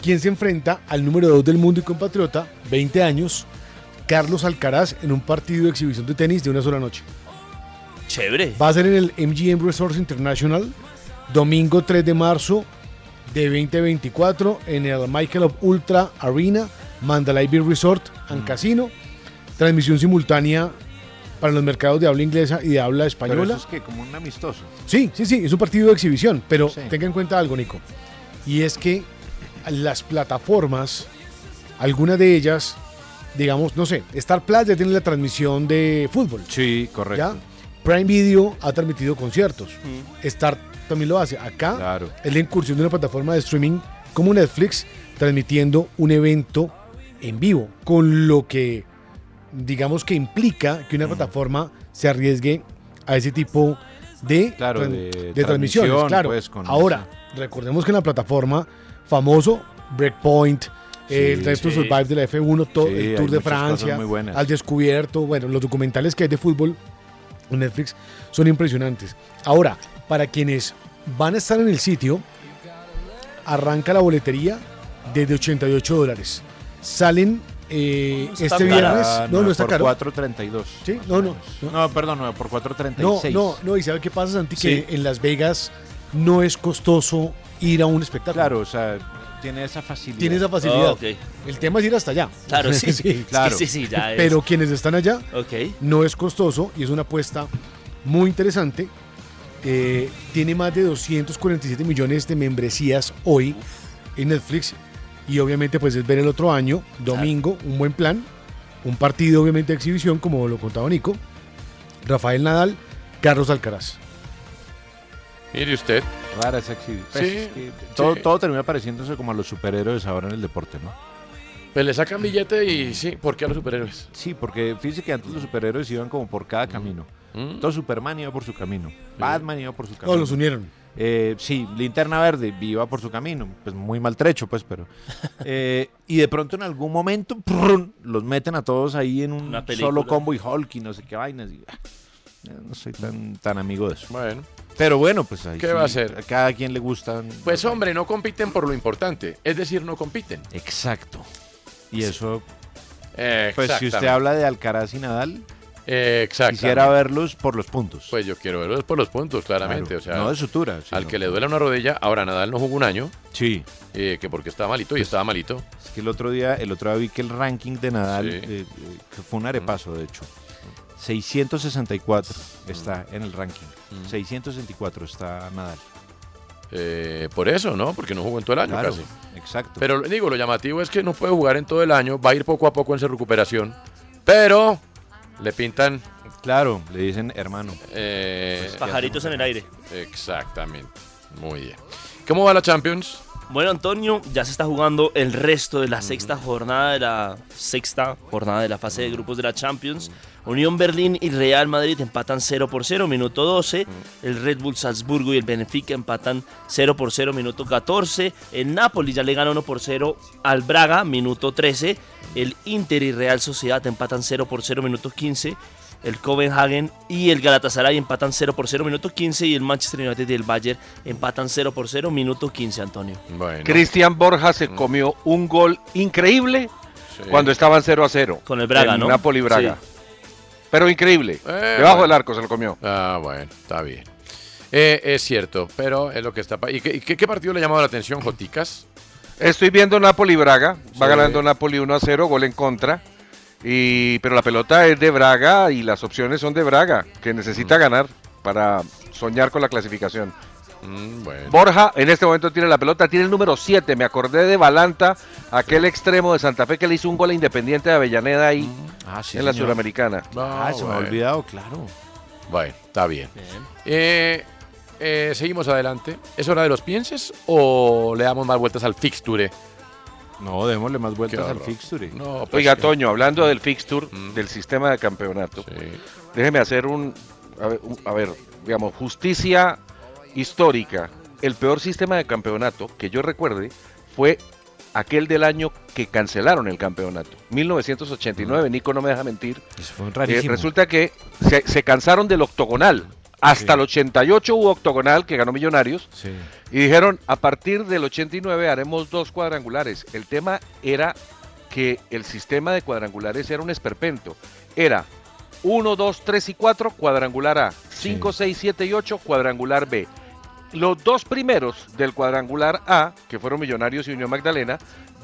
Quien se enfrenta al número 2 del mundo y compatriota, 20 años, Carlos Alcaraz, en un partido de exhibición de tenis de una sola noche. Chévere. Va a ser en el MGM Resource International, domingo 3 de marzo de 2024, en el Michael of Ultra Arena, Mandalay Bay Resort Mm. and Casino. Transmisión simultánea para los mercados de habla inglesa y de habla Pero española. eso es que como un amistoso. Sí, sí, sí, es un partido de exhibición, pero Sí. tenga en cuenta algo, Nico. Y es que las plataformas, algunas de ellas, digamos, no sé, Star Plus ya tiene la transmisión de fútbol. Sí, correcto. Mm. ¿ya? Prime Video ha transmitido conciertos. Star también lo hace. Acá Claro. es la incursión de una plataforma de streaming como Netflix transmitiendo un evento en vivo, con lo que digamos que implica que una Mm. plataforma se arriesgue a ese tipo de, Claro, tran- de de transmisiones. transmisión, Claro. pues, con- Ahora, recordemos que en la plataforma famoso Breakpoint, el Sí, Resto sí. Survive de la F1, todo, Sí, el hay Tour de muchas cosas Francia, muy buenas. al descubierto, bueno, los documentales que hay de fútbol en Netflix son impresionantes. Ahora, para quienes van a estar en el sitio, arranca la boletería desde 88 dólares. Salen eh, Está este caro. viernes. Ah, No, nueve no está por caro. 4.32. Sí, no, no. No, perdón, 9 por No, 4.36. no, no. ¿Y sabe qué pasa, Santi? Que Sí. en Las Vegas no es costoso ir a un espectáculo. Claro, o sea, tiene esa facilidad. Tiene esa facilidad. Ah, ok. El tema es ir hasta allá. Claro, [laughs] sí, sí, claro. sí, sí, ya es. Pero quienes están allá, Ok. no es costoso y es una apuesta muy interesante. Eh, tiene más de 247 millones de membresías hoy en Netflix. Y obviamente, pues es ver el otro año, domingo, un buen plan. Un partido, obviamente, de exhibición, como lo contaba Nico. Rafael Nadal, Carlos Alcaraz. Mire usted. Rara esa exhibición. Sí, es que sí. todo, todo termina pareciéndose como a los superhéroes ahora en el deporte, ¿no? Pues le sacan billete y sí, ¿por qué a los superhéroes? Sí, porque fíjese que antes los superhéroes iban como por cada camino. Entonces Superman iba por su camino. Batman iba por su camino. los unieron. Eh, sí, Linterna Verde iba por su camino. Pues muy maltrecho, pues, pero. Eh, y de pronto en algún momento prrrun, los meten a todos ahí en un Una película. solo combo y Hulk y no sé qué vainas. y, ah, no soy tan, tan amigo de eso. Bueno. Pero bueno, pues ahí. ¿Qué sí, va a ser? A cada quien le gustan. Pues hombre, no compiten por lo importante, es decir, no compiten. Exacto. Y eso. Pues si Exactamente. usted habla de Alcaraz y Nadal, Exacto. quisiera verlos por los puntos. Pues yo quiero verlos por los puntos, claramente. Claro. O sea, No de sutura, al sino- que le duele una rodilla, ahora Nadal no jugó un año. Eh, Sí. que porque estaba malito y estaba malito. Es que el otro día, el otro día vi que el ranking de Nadal, Sí. eh, eh, que fue un arepazo de hecho, 664 Mm. está en el ranking. 664 está Nadal. Eh, por eso, ¿no? Porque no jugó en todo el año Claro, casi. Exacto. Pero digo, lo llamativo es que no puede jugar en todo el año, va a ir poco a poco en su recuperación. Pero le pintan. eh, Claro, le dicen hermano. Pajaritos en el aire. Exactamente. Muy bien. ¿Cómo va la Champions? Bueno, Antonio, ya se está jugando el resto de la sexta jornada de la sexta jornada de la fase de grupos de la Champions. Unión Berlín y Real Madrid empatan 0 por 0, minuto 12. El Red Bull Salzburgo y el Benfica empatan 0 por 0, minuto 14. El Napoli ya le gana 1 por 0 al Braga, minuto 13. El Inter y Real Sociedad empatan 0 por 0, minuto 15 el Copenhagen y el Galatasaray empatan 0 por 0, minuto 15, y el Manchester United y el Bayern empatan 0 por 0, minuto 15, Antonio. Bueno. Cristian Borja se comió un gol increíble Sí. cuando estaban 0 a 0. Con el Braga, en ¿no? Napoli Braga. Pero increíble. Eh, Debajo bueno. del arco se lo comió. Ah, bueno, está bien. Eh, es cierto, pero es lo que está. pa- ¿Y qué, y qué- qué partido le ha llamado la atención, Joticas? Estoy viendo Napoli Braga. Va Sí. ganando Napoli 1 a 0, gol en contra. Y, pero la pelota es de Braga y las opciones son de Braga, que necesita ganar para soñar con la clasificación. Borja en este momento tiene la pelota, tiene el número 7. Me acordé de Balanta, aquel extremo de Santa Fe que le hizo un gol a Independiente de Avellaneda ahí sí, en la señor. Suramericana. Ah, se me ha bueno. olvidado, claro. Bueno, está bien. Eh, eh, seguimos adelante. ¿Es hora de los pienses o le damos más vueltas al fixture? No, démosle más vueltas al horror. fixture. No, pues, Oiga, que- Toño, hablando del fixture, del sistema de campeonato, déjeme hacer un a, ver, un- a ver, digamos, justicia histórica. El peor sistema de campeonato que yo recuerde fue aquel del año que cancelaron el campeonato, 1989, Nico no me deja mentir. Fue un Eh, rarísimo. resulta que se, se cansaron del octogonal. Hasta el 88 hubo octogonal que ganó Millonarios. Sí. Y dijeron, a partir del 89 haremos dos cuadrangulares. El tema era que el sistema de cuadrangulares era un esperpento. Era 1, 2, 3 y 4, cuadrangular A. 5, 6, 7 y 8, cuadrangular B. Los dos primeros del cuadrangular A, que fueron Millonarios y Unión Magdalena,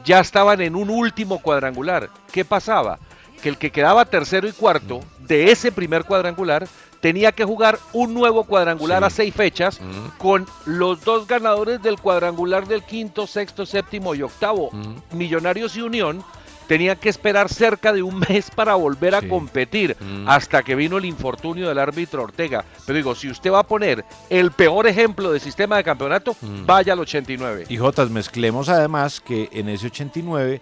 ya estaban en un último cuadrangular. ¿Qué pasaba? Que el que quedaba tercero y cuarto de ese primer cuadrangular tenía que jugar un nuevo cuadrangular a seis fechas con los dos ganadores del cuadrangular del quinto, sexto, séptimo y octavo, Millonarios y Unión, tenían que esperar cerca de un mes para volver a competir Mm. hasta que vino el infortunio del árbitro Ortega. Pero digo, si usted va a poner el peor ejemplo de sistema de campeonato, Mm. vaya al 89. Y Jotas, mezclemos además que en ese 89,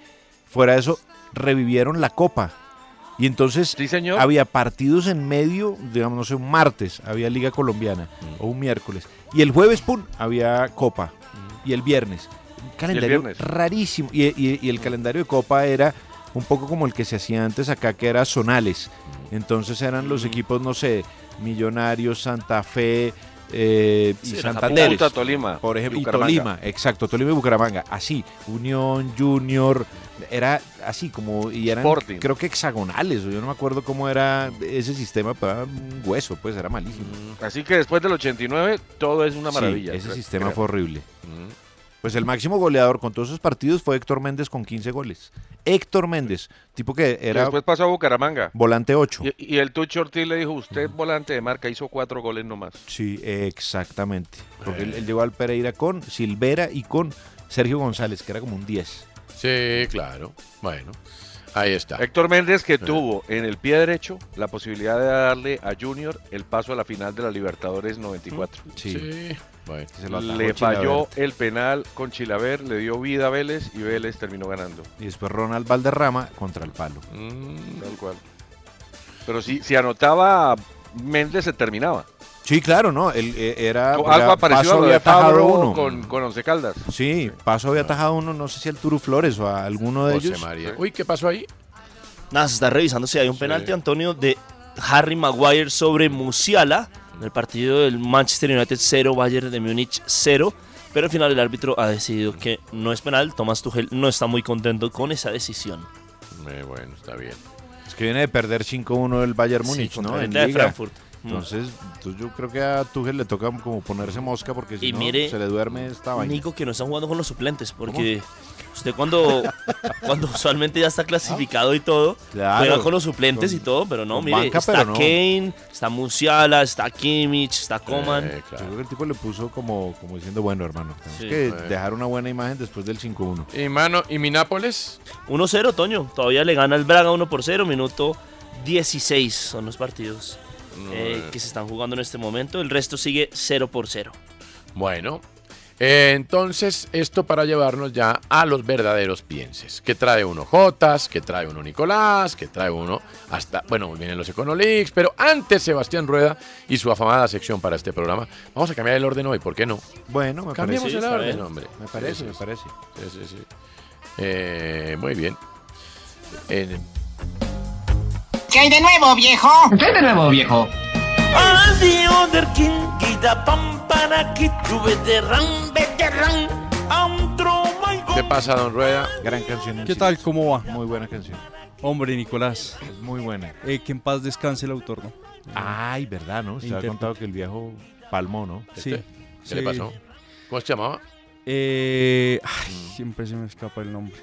fuera de eso, revivieron la Copa. Y entonces había partidos en medio, digamos, no sé, un martes había Liga Colombiana Mm. o un miércoles. Y el jueves, pum, había Copa. Y el viernes. Un calendario Mm. viernes. Mm. rarísimo. Y, y- y el calendario de Copa era un poco como el que se hacía antes acá, que era zonales. Mm. Entonces eran los equipos, no sé, Millonarios, Santa Fe eh, y Sí, era Santander. Cúcuta, Tolima, Por ejemplo, y Bucaramanga. Tolima, Exacto, Tolima y Bucaramanga. Así, Unión, Junior, era así como. Y eran, Sporting. creo que hexagonales. o Yo no me acuerdo cómo era ese sistema, pero era un hueso, pues era malísimo. Así que después del 89 todo es Mm, una Sí, maravilla. ese Creo- sistema creo. Mm. fue horrible. Pues el máximo goleador con todos esos partidos fue Héctor Méndez con 15 goles. Héctor Méndez, tipo que Y era Mm. después pasó a Bucaramanga. volante 8. Y, y el Tucho Ortiz le dijo, usted Mm. volante de marca, hizo cuatro goles nomás. Sí, exactamente. Eh. Porque él, él llegó al Pereira con Silvera y con Sergio González, que era como un 10. Sí, claro. Bueno, ahí está. Héctor Méndez que tuvo en el pie derecho la posibilidad de darle a Junior el paso a la final de la Libertadores 94. Mm, Sí. Bueno, este le falló el penal con Chilaver, le dio vida a Vélez y Vélez terminó ganando. Y después Ronald Valderrama contra el palo. Mm. Tal cual. Pero si, si anotaba Méndez se terminaba. Sí, claro, ¿no? Él, eh, era, Algo era- parecido a Paso lo había de atajado Fabro uno. con, con Once Caldas. Sí, Paso había atajado uno, no sé si al Turu Flores o a alguno de José ellos. eh. María. Uy, ¿qué pasó ahí? Nada, se está revisando si hay un penalti, Antonio, de Harry Maguire sobre Musiala en el partido del Manchester United 0, Bayern de Múnich 0. Pero al final el árbitro ha decidido que no es penal. Tomás Tuchel no está muy contento con esa decisión. Eh, bueno, está bien. Es que viene de perder 5-1 el Bayern Sí, Múnich, contra ¿no? el En de Liga. Frankfurt. Mm. Entonces, entonces yo creo que a Tuchel le toca como ponerse mosca porque si y no, mire, se le duerme esta vaina. Nico, que no están jugando con los suplentes, porque usted [laughs] cuando, cuando usualmente ya está clasificado y todo, Claro. juega con los suplentes Con- y todo, pero no, con mire, banca, está pero no. Kane, está Musiala, está Kimmich, está Coman. Yo creo que el tipo le puso como, como diciendo, bueno, hermano, tenemos Sí. que Sí. dejar una buena imagen después del 5-1. ¿Y, mano, ¿Y mi Nápoles? 1-0, Toño. Todavía le gana el Braga 1 por 0, minuto 16 son los partidos eh, eh. que se están jugando en este momento. El resto sigue 0 por 0. Bueno. Eh, entonces, esto para llevarnos ya a los verdaderos pienses. Que trae uno Jotas, que trae uno Nicolás, que trae uno hasta, bueno, vienen los Econoleaks, pero antes Sebastián Rueda y su afamada sección para este programa. Vamos a cambiar el orden hoy, ¿por qué no? Bueno, me Cambiemos parece. el Está orden, bien. hombre. Me parece, Sí, sí, me sí. parece. Sí, sí, sí. Eh, muy bien. Eh, En- ¿Qué hay de nuevo, viejo? ¿Qué de nuevo, viejo? Adi onder kin gida pampana kitube de ram veteran antro mai ¿Qué pasa, don Rueda? Gran canción. ¿Qué tal? ¿Cómo va? Muy buena canción. Hombre, Nicolás. Eh, muy buena. que en paz descanse el autor, ¿no? Ay, verdad, ¿no? Se ha Interpre- contado que el viejo palmó, ¿no? Sí. ¿Qué le pasó? ¿Cómo se llamaba? Eh, ay, Mm. siempre se me escapa el [laughs] nombre.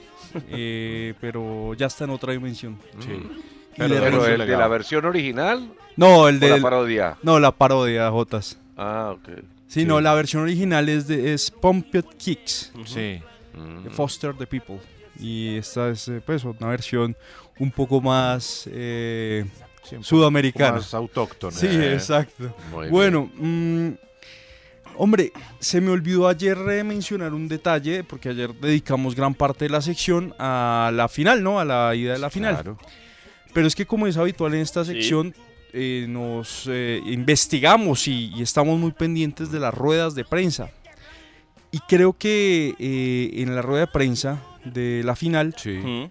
Eh, pero ya está en otra dimensión. Mm. Sí. Y Pero, le pero rindo- el de la versión original. No, el de o la parodia. No, la parodia, Jotas. Ah, ok. Sí, Sí. no, la versión original es de es Pump It Kicks. Sí. Mm. de Foster the People. Y esta es eh, pues una versión un poco más eh, Sí, un poco sudamericana. más autóctona. Sí, Eh. exacto. Muy bueno, mm, hombre, se me olvidó ayer eh, mencionar un detalle, porque ayer dedicamos gran parte de la sección a la final, ¿no? A la ida de la final. Pero es que como es habitual en esta sección, eh, nos eh, investigamos y, y estamos muy pendientes de las ruedas de prensa. Y creo que eh, en la rueda de prensa de la final, Ujú.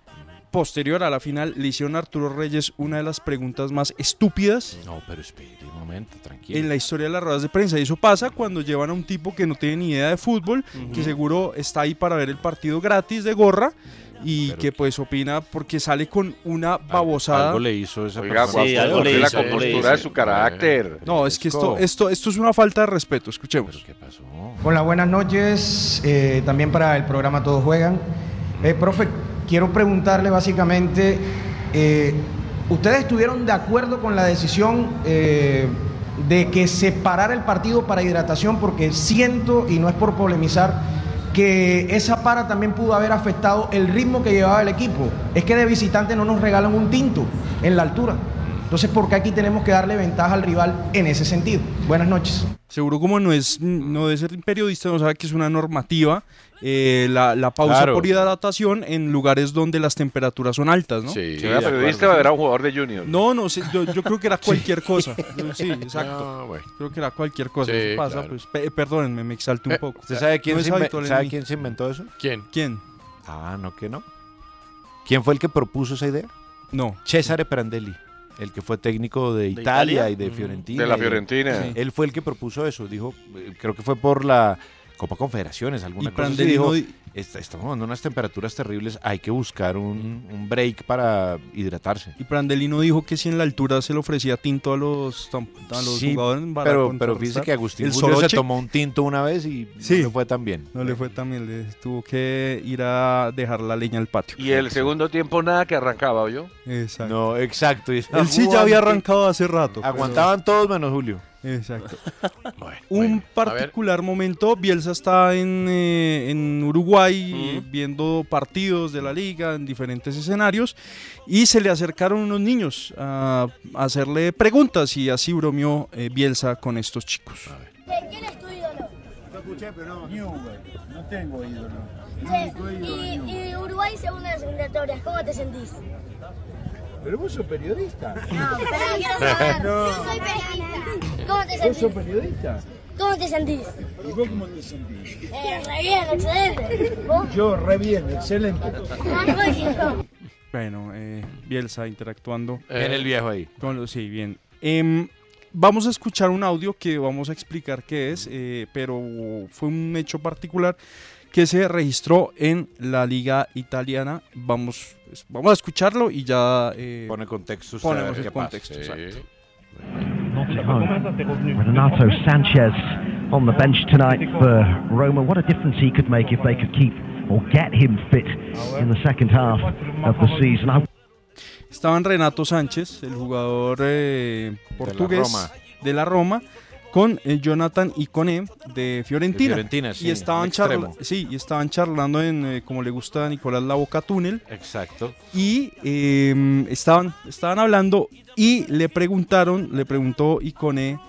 posterior a la final, le hicieron a Arturo Reyes una de las preguntas más estúpidas No, pero espere un momento, tranquilo. en la historia de las ruedas de prensa. Y eso pasa cuando llevan a un tipo que no tiene ni idea de fútbol, que seguro está ahí para ver el partido gratis de gorra y que pues opina porque sale con una babosada. Algo le hizo esa Oiga, persona. guapo, porque la compostura de su carácter. No, es que esto, esto, esto es una falta de respeto, escuchemos. Hola, buenas noches. eh, también para el programa Todos Juegan. Eh, profe, quiero preguntarle básicamente, eh, ¿ustedes estuvieron de acuerdo con la decisión eh, de que separara el partido para hidratación? Porque siento, y no es por polemizar, que esa para también pudo haber afectado el ritmo que llevaba el equipo. Es que de visitante no nos regalan un tinto en la altura. Entonces, ¿por qué aquí tenemos que darle ventaja al rival en ese sentido? Buenas noches. Seguro como no es Mm. no debe ser periodista, no sabe que es una normativa eh, la, la pausa Claro. por hidratación en lugares donde las temperaturas son altas, ¿no? Sí, era periodista o era un jugador de Junior. No, no, sí, Ah, yo, yo creo que era cualquier [laughs] [laughs] cosa. Yo- Sí, exacto. Creo que era cualquier cosa. Sí, Eso pasa, claro. pues, pe- perdónenme, me exalté un poco. Eh, ¿Usted sabe quién, No es se, inven- habitual en sabe mí. quién se inventó eso? ¿Quién? ¿Quién? Ah, no, que no. ¿Quién fue el que propuso esa idea? No. Cesare Prandelli, el que fue técnico de, Italia? Italia, y de Mm. Fiorentina. De la y Fiorentina. Sí. Él fue el que propuso eso. Dijo, eh, creo que fue por la Copa Confederaciones, alguna Y cosa. así, Prandelli dijo, no di- "Est- estamos dando unas temperaturas terribles, hay que buscar un, un break para hidratarse. Y Prandelino dijo que si en la altura se le ofrecía tinto a los, tam- a los Sí, jugadores. para pero, pero contrarrestar. fíjese que Agustín El Julio se Soroche tomó un tinto una vez y no le fue tan bien. No le fue tan bien, le tuvo que ir a dejar la leña al patio. Y el segundo tiempo nada que arrancaba, yo. Exacto. No, exacto. y- Él sí ya había arrancado hace rato. pero- Aguantaban todos menos Julio. Exacto. un particular momento, Bielsa está en, eh, en Uruguay eh, viendo partidos de la liga en diferentes escenarios y se le acercaron unos niños a, a hacerle preguntas y así bromeó eh, Bielsa con estos chicos. ¿Quién es tu ídolo? Lo escuché, pero no. no tengo ídolo. y, y Uruguay segunda de secundarias, ¿cómo te sentís? Pero vos sos periodista. No, pero quiero saber. Yo soy periodista. ¿Cómo te ¿Vos sentís? sos periodista? ¿Cómo te sentís? ¿Y vos cómo te sentís? Eh, re bien, excelente. ¿Vos? Ah, Yo re bien, excelente. Magnífico. Bueno, eh, Bielsa interactuando. Bien Eh. el viejo ahí. Con los- sí, bien. Em, vamos a escuchar un audio que vamos a explicar qué es, eh, pero fue un hecho particular que se registró en la liga italiana. Vamos, es- vamos a escucharlo y ya... eh, Pone contexto. usted, a Ponemos ver el qué pasa. contexto, exacto. Renato Sanchez on the bench tonight for Roma. What a difference he could make if they could keep or get him fit in the second half of the season. I- Estaban Renato Sánchez, el jugador eh, portugués Roma. de la Roma, con eh, Jonathan Icone de Fiorentina. De Fiorentina, sí, y estaban un extremo. charla- sí, y estaban charlando en eh, como le gusta a Nicolás la Boca Túnel. Eh. Exacto. Y eh, estaban, estaban hablando y le preguntaron, le preguntó Icone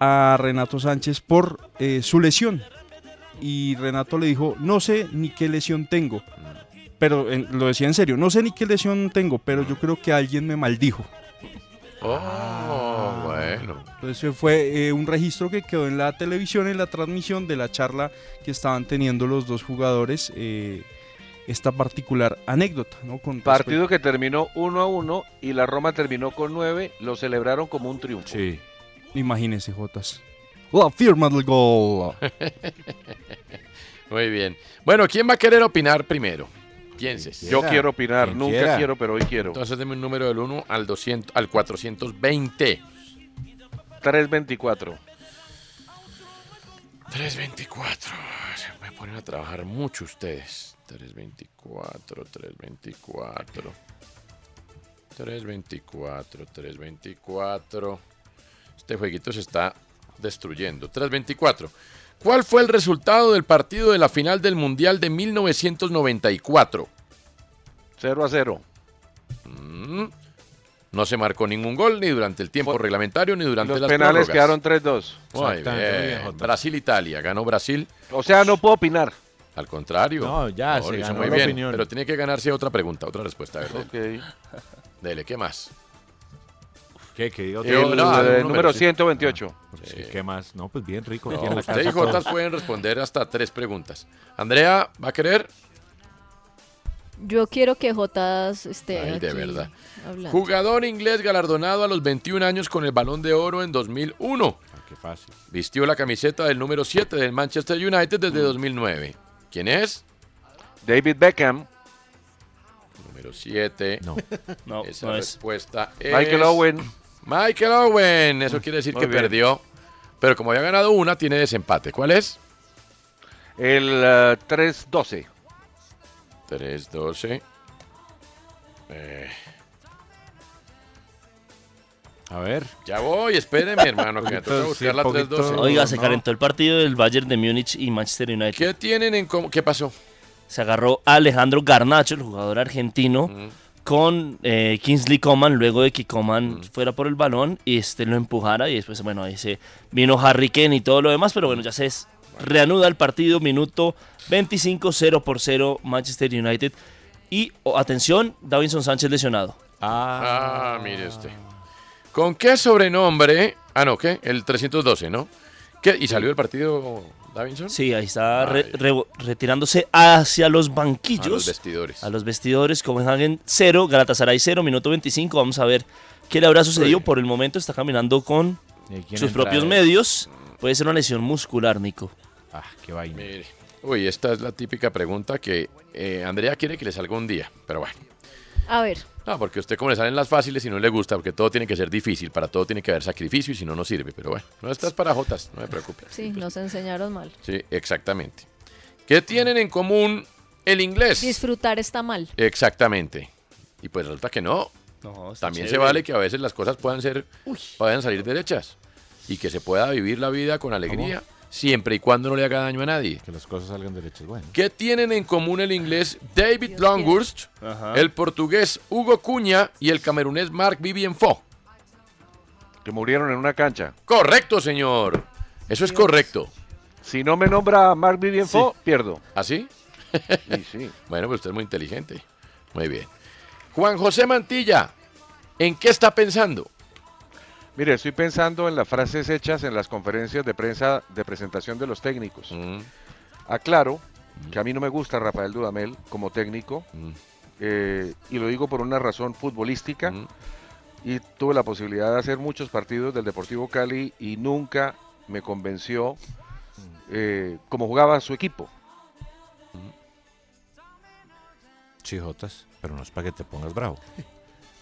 a Renato Sánchez por eh, su lesión. y Renato le dijo, no sé ni qué lesión tengo. Pero en- lo decía en serio, no sé ni qué lesión tengo, pero yo creo que alguien me maldijo. Oh, bueno. Entonces fue eh, un registro que quedó en la televisión, en la transmisión de la charla que estaban teniendo los dos jugadores, eh, esta particular anécdota, ¿no? Con Partido que terminó 1 a 1 y la Roma terminó con 9, lo celebraron como un triunfo. Sí. Imagínese, Jotas. La firma del [laughs] gol. Muy bien. Bueno, ¿quién va a querer opinar primero? Pienses. Yo quiero opinar, Quien nunca quiera. quiero, pero hoy quiero. Entonces deme un número del 1 al 200, al 420. 324. 324. Se me ponen a trabajar mucho ustedes. 324, 324. 324, 324. Este jueguito se está destruyendo. 324. ¿Cuál fue el resultado del partido de la final del Mundial de 1994? 0 a 0. Mm. No se marcó ningún gol ni durante el tiempo reglamentario ni durante Los las penales prórrogas. quedaron 3-2. Muy Exactamente, muy bien, bien. Jota. Brasil-Italia. Ganó Brasil. O sea, no puedo opinar. Al contrario. No, ya, No, se lo hizo ganó muy la bien. opinión. Pero tiene que ganarse otra pregunta, otra respuesta. a ver, dele. Dele, ¿qué más? ¿Qué? ¿Qué digo? El, no, el número, número sí. 128. ¿Qué más? No, Ah, pues bien rico. No, aquí en la usted casa y Jotas todo. pueden responder hasta tres preguntas. Andrea, ¿va a querer? Yo quiero que Jotas esté Ay, de aquí verdad. hablando. Jugador inglés galardonado a los 21 años con el Balón de Oro en 2001. Qué fácil. Vistió la camiseta del número 7 del Manchester United desde 2009. ¿Quién es? David Beckham. Número 7. [laughs] No, no, Esa no es. respuesta es... Michael Owen. Mm, Michael Owen. Eso quiere decir Muy que bien. perdió. Pero como había ganado una, tiene desempate. ¿Cuál es? El eh, 3-12. 3-12. Eh, A ver. ya voy, espérenme, hermano, que me toca buscar la 3-12. Oiga, se calentó el partido del Bayern de Múnich y Manchester United. ¿Qué tienen en común? ¿Qué pasó? Se agarró a Alejandro Garnacho, el jugador argentino, con eh, Kingsley Coman, luego de que Coman fuera por el balón y este lo empujara. Y después, bueno, ahí se vino Harry Kane y todo lo demás, pero bueno, ya se es- reanuda el partido, minuto 25, 0 por 0, Manchester United. Y, oh, atención, Davinson Sánchez lesionado. Ah, mire usted. ¿Con qué sobrenombre? Ah, no, ¿qué? El 312, ¿no? ¿Qué? ¿Y salió el partido Davinson? Sí, ahí está Ah, re- re- retirándose hacia los banquillos. A los vestidores. A los vestidores. Copenhagen 0, Galatasaray 0, minuto 25. Vamos a ver qué le habrá sucedido. Por el momento está caminando con quién sus entra propios ahí? medios. Puede ser una lesión muscular, Nico. Ah, qué vaina. Mire. Uy, esta es la típica pregunta que eh, Andrea quiere que le salga un día, pero bueno. A ver, No, porque a usted como le salen las fáciles y no le gusta, porque todo tiene que ser difícil, para todo tiene que haber sacrificio y si no, no sirve. Pero bueno, no estás para jotas, no me preocupe. sí, nos enseñaron mal. Sí, exactamente. ¿Qué tienen en común el inglés? Disfrutar está mal. Exactamente. Y pues resulta que no. No, está También se chévere. vale que a veces las cosas puedan ser, puedan salir derechas y que se pueda vivir la vida con alegría, siempre y cuando no le haga daño a nadie. Que las cosas salgan derechas. Bueno. ¿Qué tienen en común el inglés David Longhurst, el portugués Hugo Cuña y el camerunés Marc Vivien Fo? Que murieron en una cancha. Correcto, señor. Eso es correcto. Si no me nombra Mark Vivien Fo, pierdo. ¿Así? Sí, sí. [laughs] Bueno, pues usted es muy inteligente. Muy bien. Juan José Mantilla, ¿en qué está pensando? Mire, estoy pensando en las frases hechas en las conferencias de prensa de presentación de los técnicos. Aclaro que a mí no me gusta Rafael Dudamel como técnico, eh, y lo digo por una razón futbolística. Y tuve la posibilidad de hacer muchos partidos del Deportivo Cali y nunca me convenció eh, cómo jugaba su equipo. Chijotas, pero no es para que te [laughs] pongas bravo.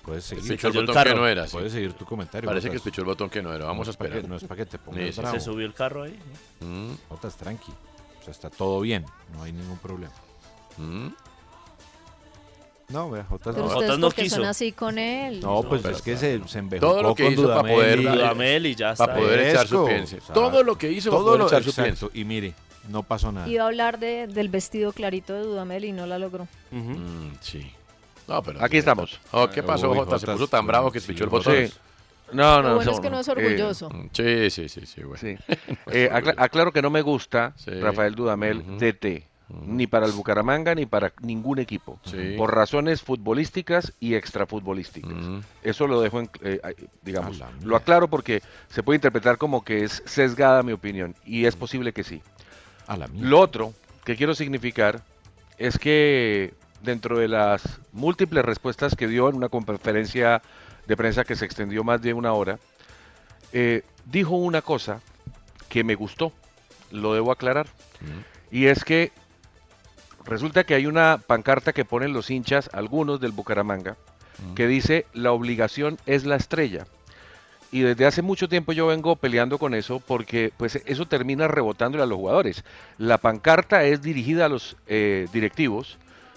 Puedes seguir. Escuchó el botón que no era. sí. Puedes seguir tu comentario. Parece que Jotas. escuchó el botón que no era. Vamos a No es pa' esperar. que- no es pa' que te pongas Sí, Mm. sí, bravo. Se subió el carro ahí. Jotas, tranqui. O sea, está todo bien. No hay ningún problema. Mm. No, vea, Pues Jotas Pero no. ustedes porque son así con él. No, pues pero es que está- se, se embejó Todo lo que hizo para poder, Dudamel y ya para está. poder echar su Fresco. pienso. O sea, Todo lo que hizo para todo poder lo- echar su exacto, pienso. Y mire, no pasó nada. Iba a hablar de, del vestido clarito de Dudamel y no la logró. Mm, sí. No, pero Aquí estamos. [laughs] Oh, ¿Qué pasó, Uy, Jota? Se Jotas, puso tan bravo que sí, escuchó el Jotas. botón. Sí. Lo No, no, bueno es que no es orgulloso. Sí, sí, sí, sí, güey. [laughs] Eh, acla- aclaro que no me gusta Rafael Dudamel DT, ni para el Bucaramanga ni para ningún equipo, por razones futbolísticas y extrafutbolísticas. Eso lo dejo, en, eh, eh, digamos, lo aclaro porque se puede interpretar como que es sesgada mi opinión y es posible que sí. Lo otro que quiero significar es que dentro de las múltiples respuestas que dio en una conferencia de prensa que se extendió más de una hora, eh, dijo una cosa que me gustó, lo debo aclarar, y es que resulta que hay una pancarta que ponen los hinchas, algunos del Bucaramanga, que dice la obligación es la estrella. Y desde hace mucho tiempo yo vengo peleando con eso porque pues eso termina rebotándole a los jugadores. La pancarta es dirigida a los eh, directivos.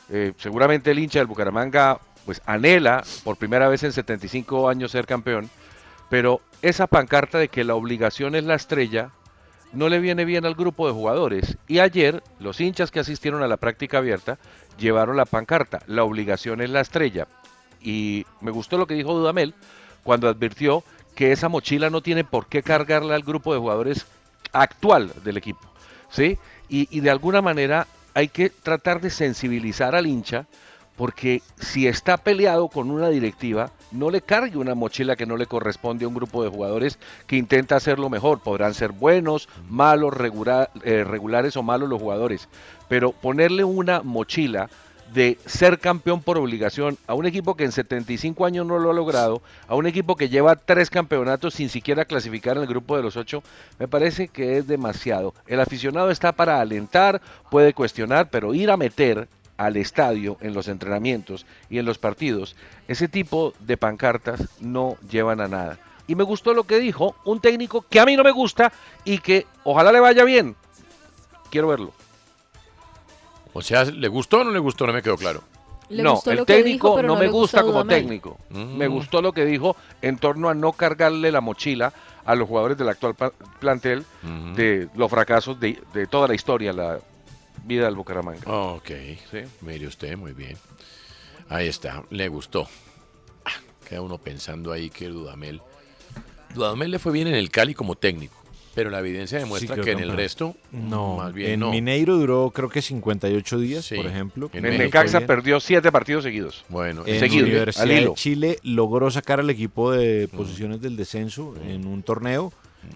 Eh, seguramente el hincha del Bucaramanga pues anhela por primera vez en 75 años ser campeón. Pero esa pancarta de que la obligación es la estrella no le viene bien al grupo de jugadores. Y ayer los hinchas que asistieron a la práctica abierta llevaron la pancarta. La obligación es la estrella. Y me gustó lo que dijo Dudamel cuando advirtió que esa mochila no tiene por qué cargarla al grupo de jugadores actual del equipo. ¿sí? Y, y de alguna manera hay que tratar de sensibilizar al hincha porque si está peleado con una directiva, no le cargue una mochila que no le corresponde a un grupo de jugadores que intenta hacerlo mejor. Podrán ser buenos, malos, regula- eh, regulares o malos los jugadores. Pero ponerle una mochila de ser campeón por obligación a un equipo que en 75 años no lo ha logrado, a un equipo que lleva tres campeonatos sin siquiera clasificar en el grupo de los ocho, me parece que es demasiado. El aficionado está para alentar, puede cuestionar, pero ir a meter al estadio, en los entrenamientos y en los partidos, ese tipo de pancartas no llevan a nada. Y me gustó lo que dijo un técnico que a mí no me gusta y que ojalá le vaya bien. Quiero verlo. O sea, ¿le gustó o no le gustó? No me quedó claro. Le no, gustó el lo que dijo, técnico pero no, no me le gustó gusta como Dudamel. técnico. Me Mm, gustó lo que dijo en torno a no cargarle la mochila a los jugadores del actual pa- plantel de los fracasos de, de toda la historia, la vida del Bucaramanga. Ok, mire usted, muy bien. Ahí está, le gustó. Ah, Queda uno pensando ahí que Dudamel. Dudamel le fue bien en el Cali como técnico, pero la evidencia demuestra creo que en no, el pero- resto, No, más bien en no. Mineiro duró creo que 58 días, Sí, por ejemplo. En el Necaxa perdió siete partidos seguidos. Bueno, En seguidos, Universidad al hilo. de Chile logró sacar al equipo de Mm. posiciones del descenso en un torneo,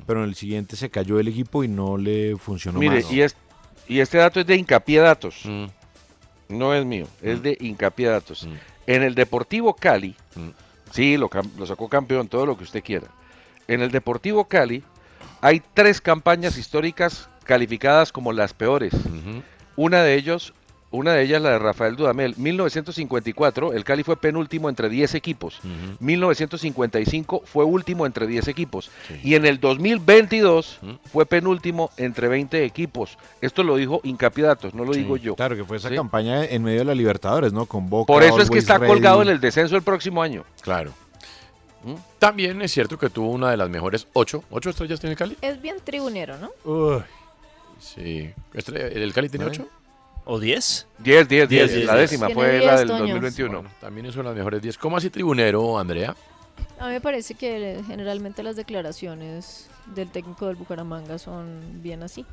pero en el siguiente se cayó el equipo y no le funcionó Mire, más. y, es- y este dato es de hincapié datos. Mm. No es mío, es de hincapié datos. En el Deportivo Cali, Mm. sí, lo, cam- lo sacó campeón, todo lo que usted quiera. En el Deportivo Cali hay tres campañas históricas calificadas como las peores. Una de ellos, una de ellas la de Rafael Dudamel. 1954, el Cali fue penúltimo entre 10 equipos. 1955 fue último entre 10 equipos. Y en el 2022 fue penúltimo entre 20 equipos. Esto lo dijo Hincapié Datos, no lo Sí, digo yo. Claro que fue esa campaña en medio de la Libertadores, ¿no? Con Boca, Por eso es que Always está Ready. colgado en el descenso el próximo año. ¿Mm? Claro. También es cierto que tuvo una de las mejores ocho, ocho estrellas tiene el Cali. Es bien tribunero, ¿no? Sí. Estre- ¿El Cali tiene ocho? ¿O 10? 10, 10, Diez, 10. diez, La diez. décima Tiene fue diez, la del Toño. 2021. Bueno, también es una de las mejores diez. ¿Cómo así tribunero, Andrea? A mí me parece que generalmente las declaraciones del técnico del Bucaramanga son bien así.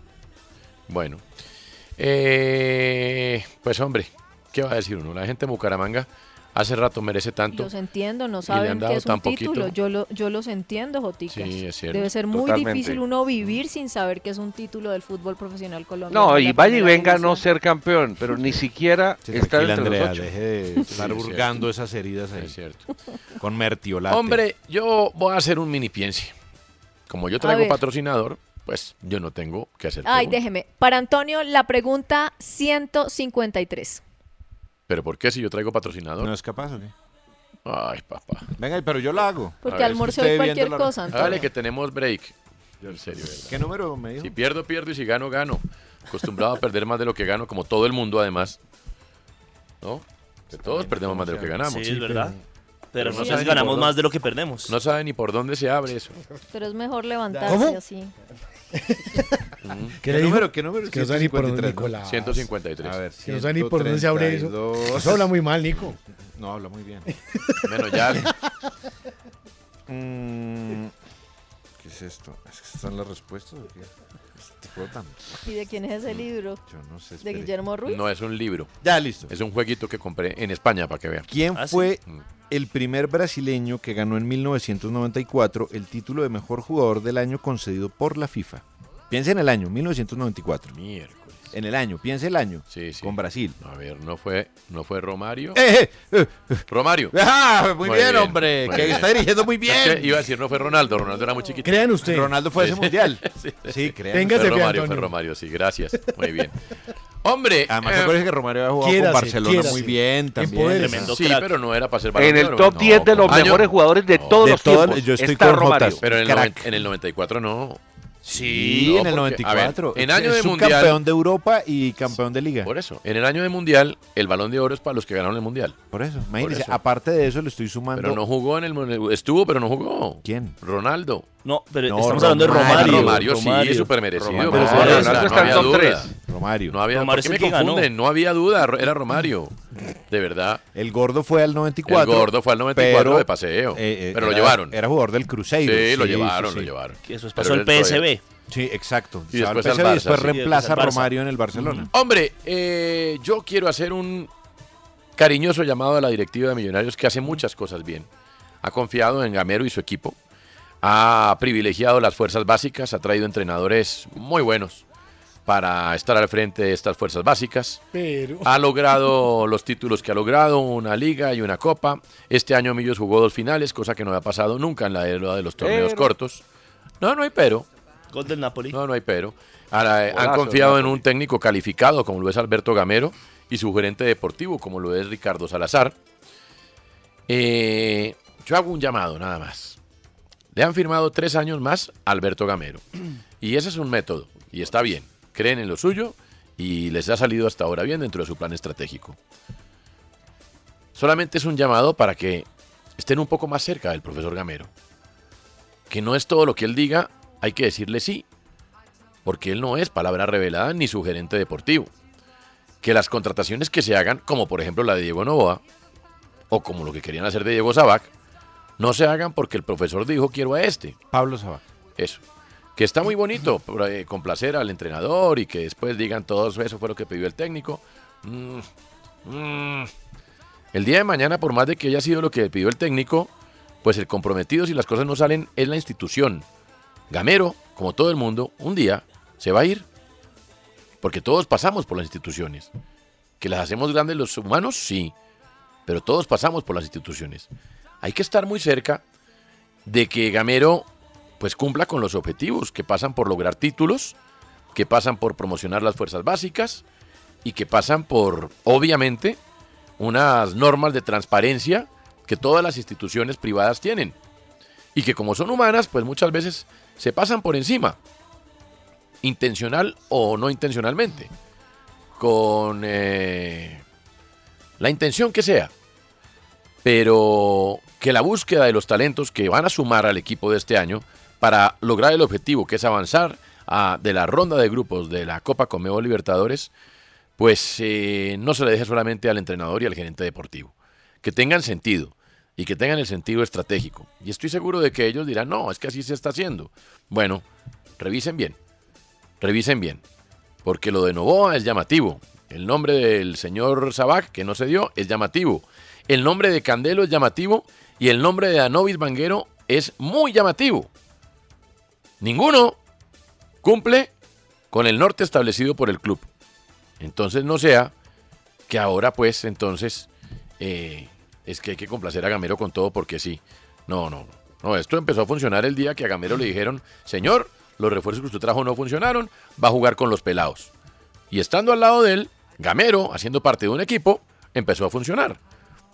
Bueno, Eh, pues hombre, ¿qué va a decir uno? La gente de Bucaramanga hace rato merece tanto. Los entiendo, no le han saben dado qué es tan un poquito. título. Yo, lo, yo los entiendo, Joticas. Sí, es cierto. Debe ser muy Totalmente. difícil uno vivir sin saber qué es un título del fútbol profesional colombiano. No, de y la vaya y primera venga a división. no ser campeón, pero ni siquiera está Tranquila, entre Andrea, los ocho. [laughs] deje de estar hurgando esas heridas ahí. [laughs] Es cierto. Con mertiolate. Hombre, yo voy a hacer un mini piense. Como yo A traigo ver. patrocinador, pues yo no tengo que hacer. Ay, preguntas. déjeme. Para Antonio, la pregunta 153. ¿Pero por qué si yo traigo patrocinador? ¿No es capaz o qué? Ay, papá. Venga, pero yo la hago. Porque almorcé hoy cualquier cosa, Antonio. Vale, que tenemos break. En serio, ¿Qué número me dijo? Si pierdo, pierdo y si gano, gano. Acostumbrado a perder más de lo que gano, como todo el mundo además. ¿No? Que todos perdemos más de lo que ganamos. Sí, es verdad. Pero nosotros saben ni ganamos por más dónde- de lo que perdemos. No saben ni por dónde se abre eso. ¿Mm? Pero es mejor levantarse ¿Cómo? así. ¿Qué, le dijo? número? ¿Qué número? Que no sabe ni por dónde, 153, Nicolás. 153. A ver, Que no sabe ni por dónde se abre eso. Eso habla muy mal, Nico. [laughs] No, habla muy bien. Bueno, ya. Mm, esto? ¿Es que están las respuestas o qué? Este juego tan- ¿Y de quién es ese Mm, libro? Yo no sé. ¿De espere. Guillermo Ruiz? No, es un libro. Ya, listo. Es un jueguito que compré en España para que vean. Mm. ¿Quién Ah, fue el primer brasileño que ganó en 1994 el título de mejor jugador del año concedido por la FIFA? Piensa en el año, 1994. Miércoles. En el año, piensa el año. Con Brasil. [laughs] A ver, no fue, no fue Romario. ¡Eh, eh, Romario. Ah, muy bien, hombre, que está dirigiendo muy bien. Es que iba a decir, no fue Ronaldo, Ronaldo era muy chiquito. Crean ustedes. Ronaldo fue a [laughs] ese mundial. Sí, crean. Fue Téngase fe, Romario, fue Antonio. Romario, sí, gracias. Muy bien. Hombre. Además, acuérdense que Romario había jugado con quiérase, Barcelona quiérase. muy bien también. Empodérese. Tremendo Sí, crack. pero no era para ser En el top 10 de los mejores jugadores de todos los tiempos yo estoy está con Romario. Jotas. Pero en el, Crack. noven- en el 94 no. Sí, No, en el porque, a ver, 94. en año de es mundial. campeón de Europa y campeón de liga. Por eso. En el año de mundial, el balón de oro es para los que ganaron el mundial. Por eso, imagínese, eso. aparte de eso le estoy sumando. Pero no jugó en el. mun- Estuvo, pero no jugó. ¿Quién? Ronaldo. No, pero estamos hablando de Romario. Romario, sí, Romario. súper merecido. Romario. Pero Romario. no, Ronaldo no, está en había top duda. tres. Romario. No había, Romario ¿por es qué el me que ganó. confunden? No había duda, ro- era Romario. De verdad. El gordo fue al 94. El gordo fue al 94 pero, eh, de paseo, pero lo era- llevaron. Era jugador del Cruzeiro. Sí, lo llevaron, lo llevaron. Que eso es pasó al PSV. Sí, exacto. Y O sea, al después al PSV Barça, y después sí. reemplaza Y después a al Barça. Mm. Romario en el Barcelona. Hombre, eh, yo quiero hacer un cariñoso llamado a la directiva de Millonarios que hace muchas cosas bien. Ha confiado en Gamero y su equipo. Ha privilegiado las fuerzas básicas, ha traído entrenadores muy buenos para estar al frente de estas fuerzas básicas. [laughs] Pero. Ha logrado los títulos que ha logrado, una liga y una copa. Este año Millos jugó dos finales, cosa que no había pasado nunca en la era de los torneos Pero. cortos. No, no hay pero. Gol del Napoli. No, no hay pero. Ahora, eh, han Golazo, confiado en Napoli. un técnico calificado como lo es Alberto Gamero y su gerente deportivo como lo es Ricardo Salazar. Eh, yo hago un llamado nada más. Le han firmado tres años más a Alberto Gamero. Y ese es un método. Y está bien. Creen en lo suyo y les ha salido hasta ahora bien dentro de su plan estratégico. Solamente es un llamado para que estén un poco más cerca del profesor Gamero. Que no es todo lo que él diga, hay que decirle sí, porque él no es palabra revelada ni su gerente deportivo. Que las contrataciones que se hagan, como por ejemplo la de Diego Novoa, o como lo que querían hacer de Diego Sabac, no se hagan porque el profesor dijo quiero a este. Pablo Sabac. Eso. Que está muy bonito por, eh, complacer al entrenador y que después digan todos eso fue lo que pidió el técnico. Mm, mm. El día de mañana, por más de que haya sido lo que pidió el técnico, pues el comprometido, si las cosas no salen, es la institución. Gamero, como todo el mundo, un día se va a ir. Porque todos pasamos por las instituciones. Que las hacemos grandes los humanos, sí. Pero todos pasamos por las instituciones. Hay que estar muy cerca de que Gamero pues cumpla con los objetivos que pasan por lograr títulos, que pasan por promocionar las fuerzas básicas y que pasan por, obviamente, unas normas de transparencia que todas las instituciones privadas tienen y que como son humanas, pues muchas veces se pasan por encima, intencional o no intencionalmente, con eh, la intención que sea, pero que la búsqueda de los talentos que van a sumar al equipo de este año para lograr el objetivo que es avanzar a- de la ronda de grupos de la Copa Comeo Libertadores, pues eh, no se le deje solamente al entrenador y al gerente deportivo. Que tengan sentido y que tengan el sentido estratégico. Y estoy seguro de que ellos dirán, no, es que así se está haciendo. Bueno, revisen bien, revisen bien, porque lo de Novoa es llamativo. El nombre del señor Sabac, que no se dio, es llamativo. El nombre de Candelo es llamativo y el nombre de Anovis Banguero es muy llamativo. Ninguno cumple con el norte establecido por el club. Entonces no sea que ahora pues entonces eh, es que hay que complacer a Gamero con todo porque sí. No, no, no. Esto empezó a funcionar el día que a Gamero le dijeron, señor, los refuerzos que usted trajo no funcionaron, va a jugar con los pelados. Y estando al lado de él, Gamero, haciendo parte de un equipo, empezó a funcionar.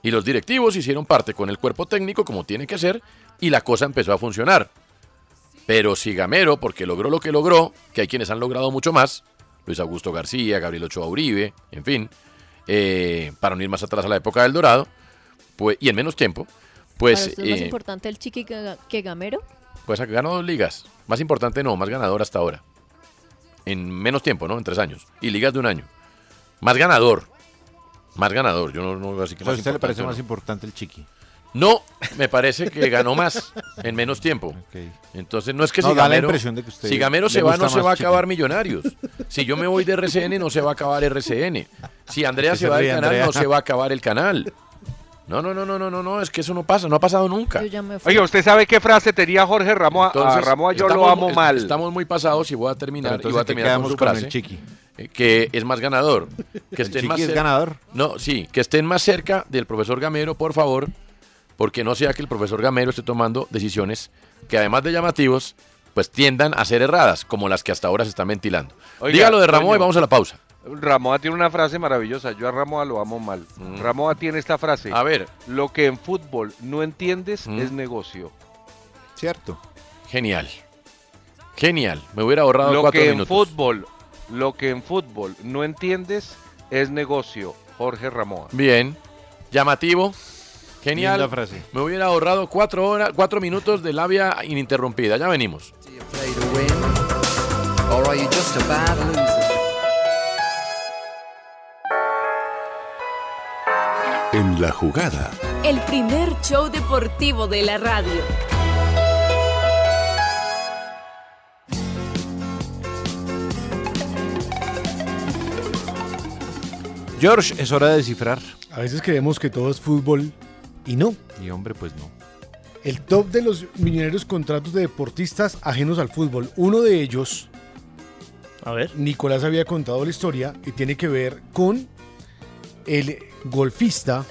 Y los directivos hicieron parte con el cuerpo técnico como tiene que ser y la cosa empezó a funcionar. Pero si Gamero, porque logró lo que logró, que hay quienes han logrado mucho más, Luis Augusto García, Gabriel Ochoa Uribe, en fin, eh, para no ir más atrás a la época del Dorado, pues, y en menos tiempo, Para pues, usted es más eh, importante el chiqui que, que Gamero. pues ganó dos ligas. Más importante no, más ganador hasta ahora. En menos tiempo, ¿no? En tres años. Y ligas de un año. Más ganador. Más ganador. Yo no, no así que O sea, ¿A más usted le parece importante, más no. importante el chiqui? No, me parece que ganó más en menos tiempo. Entonces no es que No, si da la Gamero, impresión de que usted si Gamero le se va, gusta no se más va a Chico. acabar Millonarios. Si yo me voy de RCN, no se va a acabar RCN. Si Andrea Usted se va se del ríe, canal, Andrea. no se va a acabar el canal. No, no, no, no, no, no, no, es que eso no pasa, no ha pasado nunca. Oiga, ¿usted sabe qué frase tenía Jorge Ramos? A- a Entonces, Ramos yo lo estamos- amo es- mal. Estamos muy pasados y voy a terminar. Pero Y voy a entonces, ¿qué terminar con quedamos su con el frase, Chiqui? eh, Que es más ganador. Que ¿El estén Chiqui más es cer- ganador? No, sí, que estén más cerca del profesor Gamero, por favor. Porque no sea que el profesor Gamero esté tomando decisiones que además de llamativos, pues tiendan a ser erradas, como las que hasta ahora se están ventilando. Oiga, Dígalo de Ramón Toño. y vamos a la pausa. Ramoa tiene una frase maravillosa. Yo a Ramoa lo amo mal. Ramoa tiene esta frase. Mm. A ver. Lo que en fútbol no entiendes Mm. es negocio. Cierto. Genial. Genial. Me hubiera ahorrado Lo cuatro que en minutos. fútbol, lo que en fútbol no entiendes es negocio. Jorge Ramoa. Bien. Llamativo. Genial. Linda frase. Me hubiera ahorrado cuatro horas, cuatro minutos de labia ininterrumpida. Ya venimos. Or are you just a bad loser? En la jugada, El primer show deportivo de la radio. George, es hora de descifrar. A veces creemos que todo es fútbol y no. Y hombre, pues no. El top de los millonarios contratos de deportistas ajenos al fútbol. Uno de ellos, a ver, Nicolás había contado la historia y tiene que ver con el golfista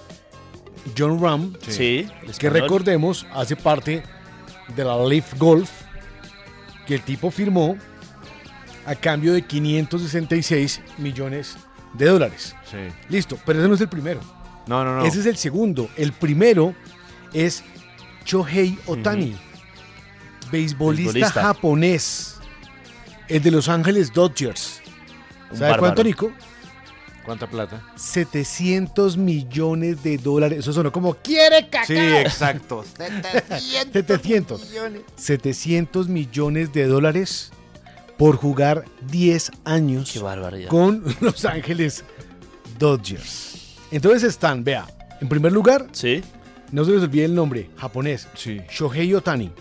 John Ram, Sí. Sí, que español. recordemos hace parte de la Leaf Golf, que el tipo firmó a cambio de 566 millones de dólares. Sí. Listo, pero ese no es el primero. No, no, no. Ese es el segundo. El primero es Shohei Otani, beisbolista, Beisbolista. japonés, el de Los Ángeles Dodgers. Un ¿Sabe bárbaro. cuánto, Nico? ¿Cuánta plata? 700 millones de dólares. Eso sonó como quiere caca. [laughs] [laughs] Sí, exacto. 700. 700 millones de dólares por jugar 10 años con [laughs] Los Ángeles Dodgers. Entonces están, vea, en primer lugar, sí. no se les olvide el nombre, japonés, Shohei Otani.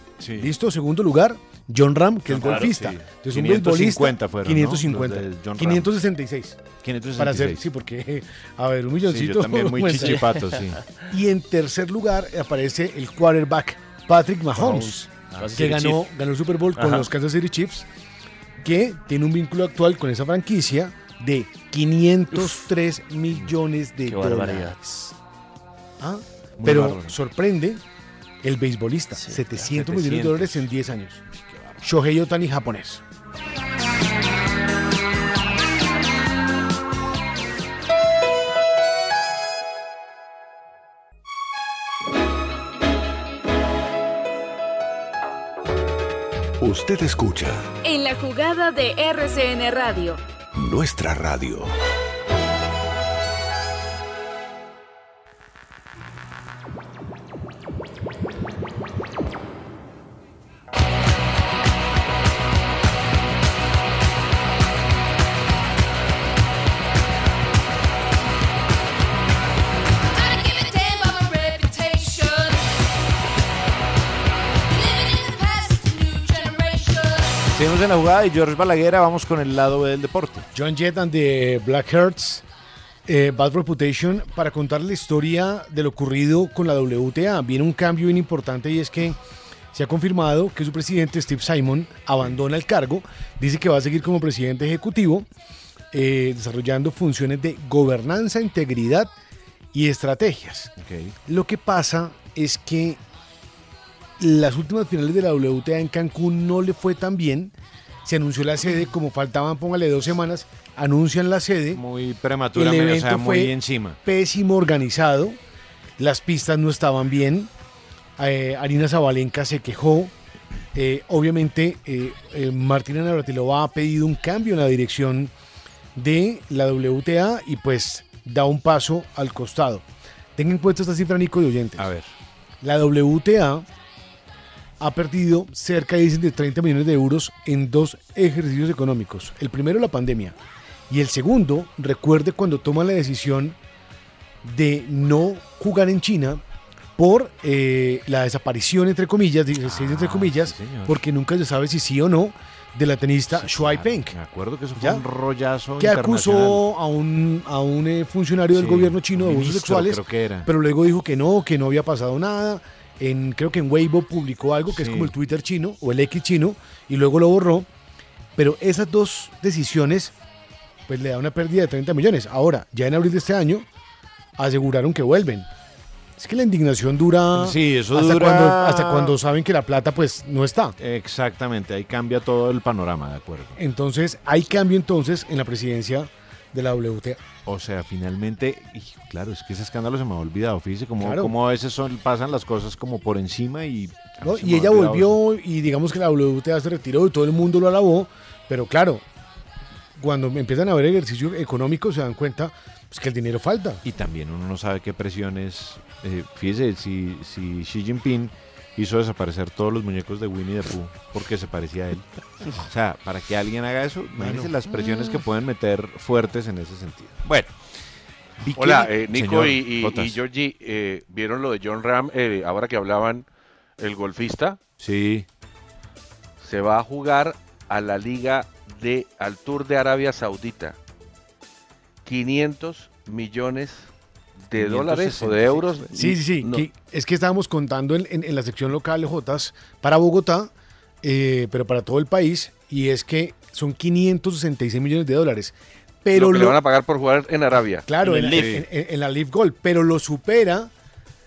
Listo, segundo lugar, John Ram, que es Claro, golfista. sí. Entonces, un 550 beisbolista, fueron, ¿no? 550. Los de John Ram. 566. 566. Para ser, sí, porque, [laughs] a ver, un milloncito. pues, yo también [laughs] muy cuenta. chichipato, sí. Y en tercer lugar aparece el quarterback Patrick Mahomes, Mahomes. que Kansas City ganó, Chiefs. ganó el Super Bowl con Ajá. los Kansas City Chiefs, que tiene un vínculo actual con esa franquicia de 503 millones de Qué barbaridad. dólares. Ah, Muy Pero bárbaro. sorprende el beisbolista, 700 700. millones de dólares en 10 años. Shohei Otani japonés. usted escucha En la jugada de RCN Radio. nuestra radio. Seguimos en la jugada y George Balaguera, vamos con el lado B del deporte. John Jett and the Black Hearts, eh, Bad Reputation, para contar la historia de lo ocurrido con la WTA. Viene un cambio bien importante y es que se ha confirmado que su presidente, Steve Simon, abandona el cargo. Dice que va a seguir como presidente ejecutivo, eh, desarrollando funciones de gobernanza, integridad y estrategias. Lo que pasa es que las últimas finales de la WTA en Cancún no le fue tan bien. Se anunció la sede, como faltaban, póngale dos semanas, anuncian la sede. Muy prematuramente, o sea, muy encima. pésimo organizado. Las pistas no estaban bien. Eh, Arina Zabalenka se quejó. Eh, obviamente, eh, eh, Martina Navratilova ha pedido un cambio en la dirección de la WTA y pues da un paso al costado. Tengan en cuenta esta cifra, Nico, de oyentes. A ver. La WTA ha perdido cerca, dicen, de 30 millones de euros en dos ejercicios económicos. El primero, la pandemia. Y el segundo, recuerde cuando toman la decisión de no jugar en China por eh, la desaparición, entre comillas, dice, se dice Ah, entre comillas, porque nunca se sabe si sí o no, de la tenista Shuai Peng. Me acuerdo que eso fue ¿Ya? un rollazo que internacional. acusó a un, a un eh, funcionario del Sí, gobierno chino un de abusos ministro, sexuales, creo que era. pero luego dijo que no, que no había pasado nada. En, creo que en Weibo publicó algo que es como el Twitter chino o el X chino y luego lo borró. Pero esas dos decisiones pues le da una pérdida de 30 millones. Ahora, ya en abril de este año, aseguraron que vuelven. Es que la indignación dura, Sí, eso hasta, dura- Cuando, hasta cuando saben que la plata pues no está. Exactamente, ahí cambia todo el panorama, de acuerdo. Entonces, hay cambio entonces en la presidencia de la WTA. O sea, finalmente, y claro, es que ese escándalo se me ha olvidado. Fíjese cómo, Claro. cómo a veces son, pasan las cosas como por encima y. a mí ¿no? se Ah, me Y ha ella olvidado volvió y digamos que la WTA se retiró y todo el mundo lo alabó, pero claro, cuando empiezan a ver ejercicio económico se dan cuenta pues, que el dinero falta. Y también uno no sabe qué presiones. eh, fíjese, si, si Xi Jinping hizo desaparecer todos los muñecos de Winnie the Pooh porque se parecía a él. O sea, para que alguien haga eso, imagínense las presiones que pueden meter fuertes en ese sentido. Bueno. Vicky- Hola, eh, Nico Señor y, y- y Botas. Georgie, eh, ¿vieron lo de John Ram eh, ahora que hablaban el golfista? Sí. Se va a jugar a la liga de al Tour de Arabia Saudita. 500 millones de dólares o de euros. Sí, sí, sí. No, que- es que estábamos contando en, en- en la sección local Jotas para Bogotá, eh, pero para todo el país, y es que son 566 millones de dólares. Pero lo que le lo- van a pagar por jugar en Arabia. Claro, en, en- en- en la Leaf Gold, pero lo supera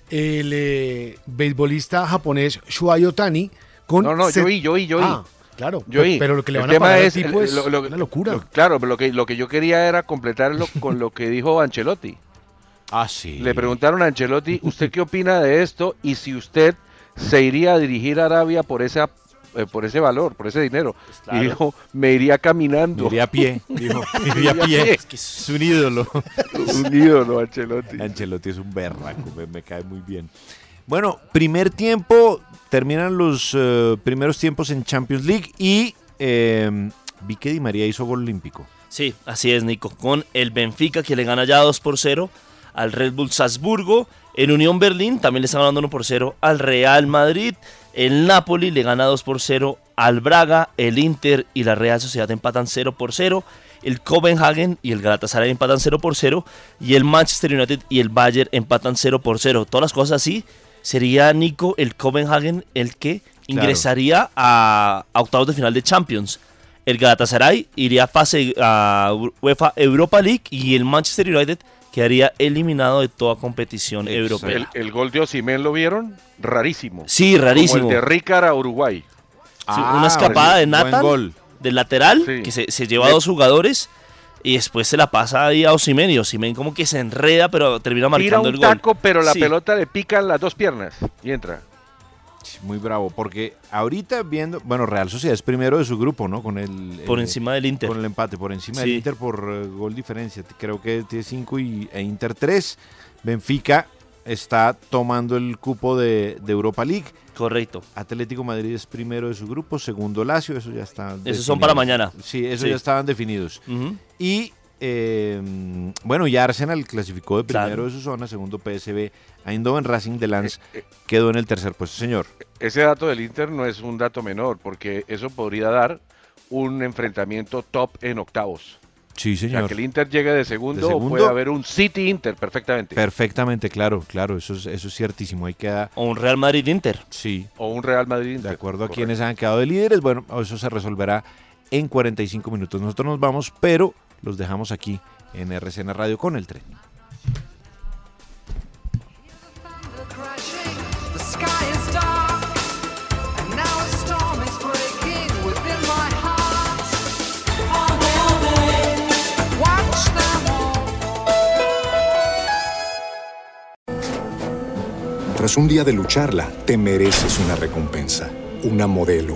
el eh, beisbolista japonés Shuai Otani con... No, no, yo set- vi, yo vi, yo vi. Ah, claro, Yo pe- vi. pero lo que le El van a pues, tema pagar al es el- tipo es lo- lo- una locura. lo- claro, pero lo que, lo que yo quería [laughs] era completarlo con lo que dijo Ancelotti. Ah, sí. Le preguntaron a Ancelotti, ¿usted qué opina de esto? Y si usted se iría a dirigir a Arabia por esa eh, por ese valor, por ese dinero. Pues claro. Y dijo, me iría caminando. Me iría a pie, [laughs] dijo. Me iría a pie. Es que es un ídolo. un ídolo, Ancelotti. Ancelotti es un berraco, me, me cae muy bien. Bueno, primer tiempo, terminan los eh, primeros tiempos en Champions League y eh, vi que Di María hizo gol olímpico. Sí, así es, Nico. Con el Benfica que le gana ya 2 por 0 al Red Bull Salzburgo. En Unión Berlín también le están ganando 1 por 0 al Real Madrid. El Napoli le gana 2 por 0 al Braga. El Inter y la Real Sociedad empatan 0 por 0. El Copenhagen y el Galatasaray empatan 0 por 0. Y el Manchester United y el Bayern empatan 0 por 0. Todas las cosas así. Sería Nico el Copenhagen el que Claro. ingresaría a, a octavos de final de Champions. El Galatasaray iría a fase a UEFA Europa League y el Manchester United quedaría eliminado de toda competición El, europea. el gol de Osimhen lo vieron rarísimo. Sí, rarísimo. Como el de Ricard a Uruguay. Ah, Sí, una escapada de Nathan Ah, gol. del lateral que se, se lleva a dos jugadores y después se la pasa ahí a Osimhen y Osimhen como que se enreda pero termina Tira marcando un el gol. taco, pero la Sí. pelota le pica en las dos piernas y entra. Muy bravo, porque ahorita viendo, bueno, Real Sociedad es primero de su grupo, ¿no? Con el Por eh, encima del Inter. Con el empate, por encima del Sí. Inter por eh, gol diferencia. Creo que tiene 5 y e Inter 3. Benfica está tomando el cupo de, de Europa League. Correcto. Atlético Madrid es primero de su grupo, segundo Lazio, eso ya está. Esos son para mañana. Sí, eso Sí. ya estaban definidos. Ujú. Y eh, bueno, ya Arsenal clasificó de primero Claro. de su zona, segundo PSV, Eindhoven Racing de Lens quedó en el tercer puesto, señor. Ese dato del Inter no es un dato menor, porque eso podría dar un enfrentamiento top en octavos. Sí, O sea, señor. que el Inter llegue de segundo, De segundo. puede haber un City Inter perfectamente. Perfectamente, claro, claro, eso es, eso es ciertísimo. Ahí queda. O un Real Madrid Inter. Sí. O un Real Madrid Inter. De acuerdo a quienes han quedado de líderes, bueno, eso se resolverá en 45 minutos. Nosotros nos vamos, pero los dejamos aquí en RCN Radio con el tren. The sky is dark, and now a storm is breaking within my heart. All will they watch them all? Tras un día de lucharla, te mereces una recompensa, una modelo,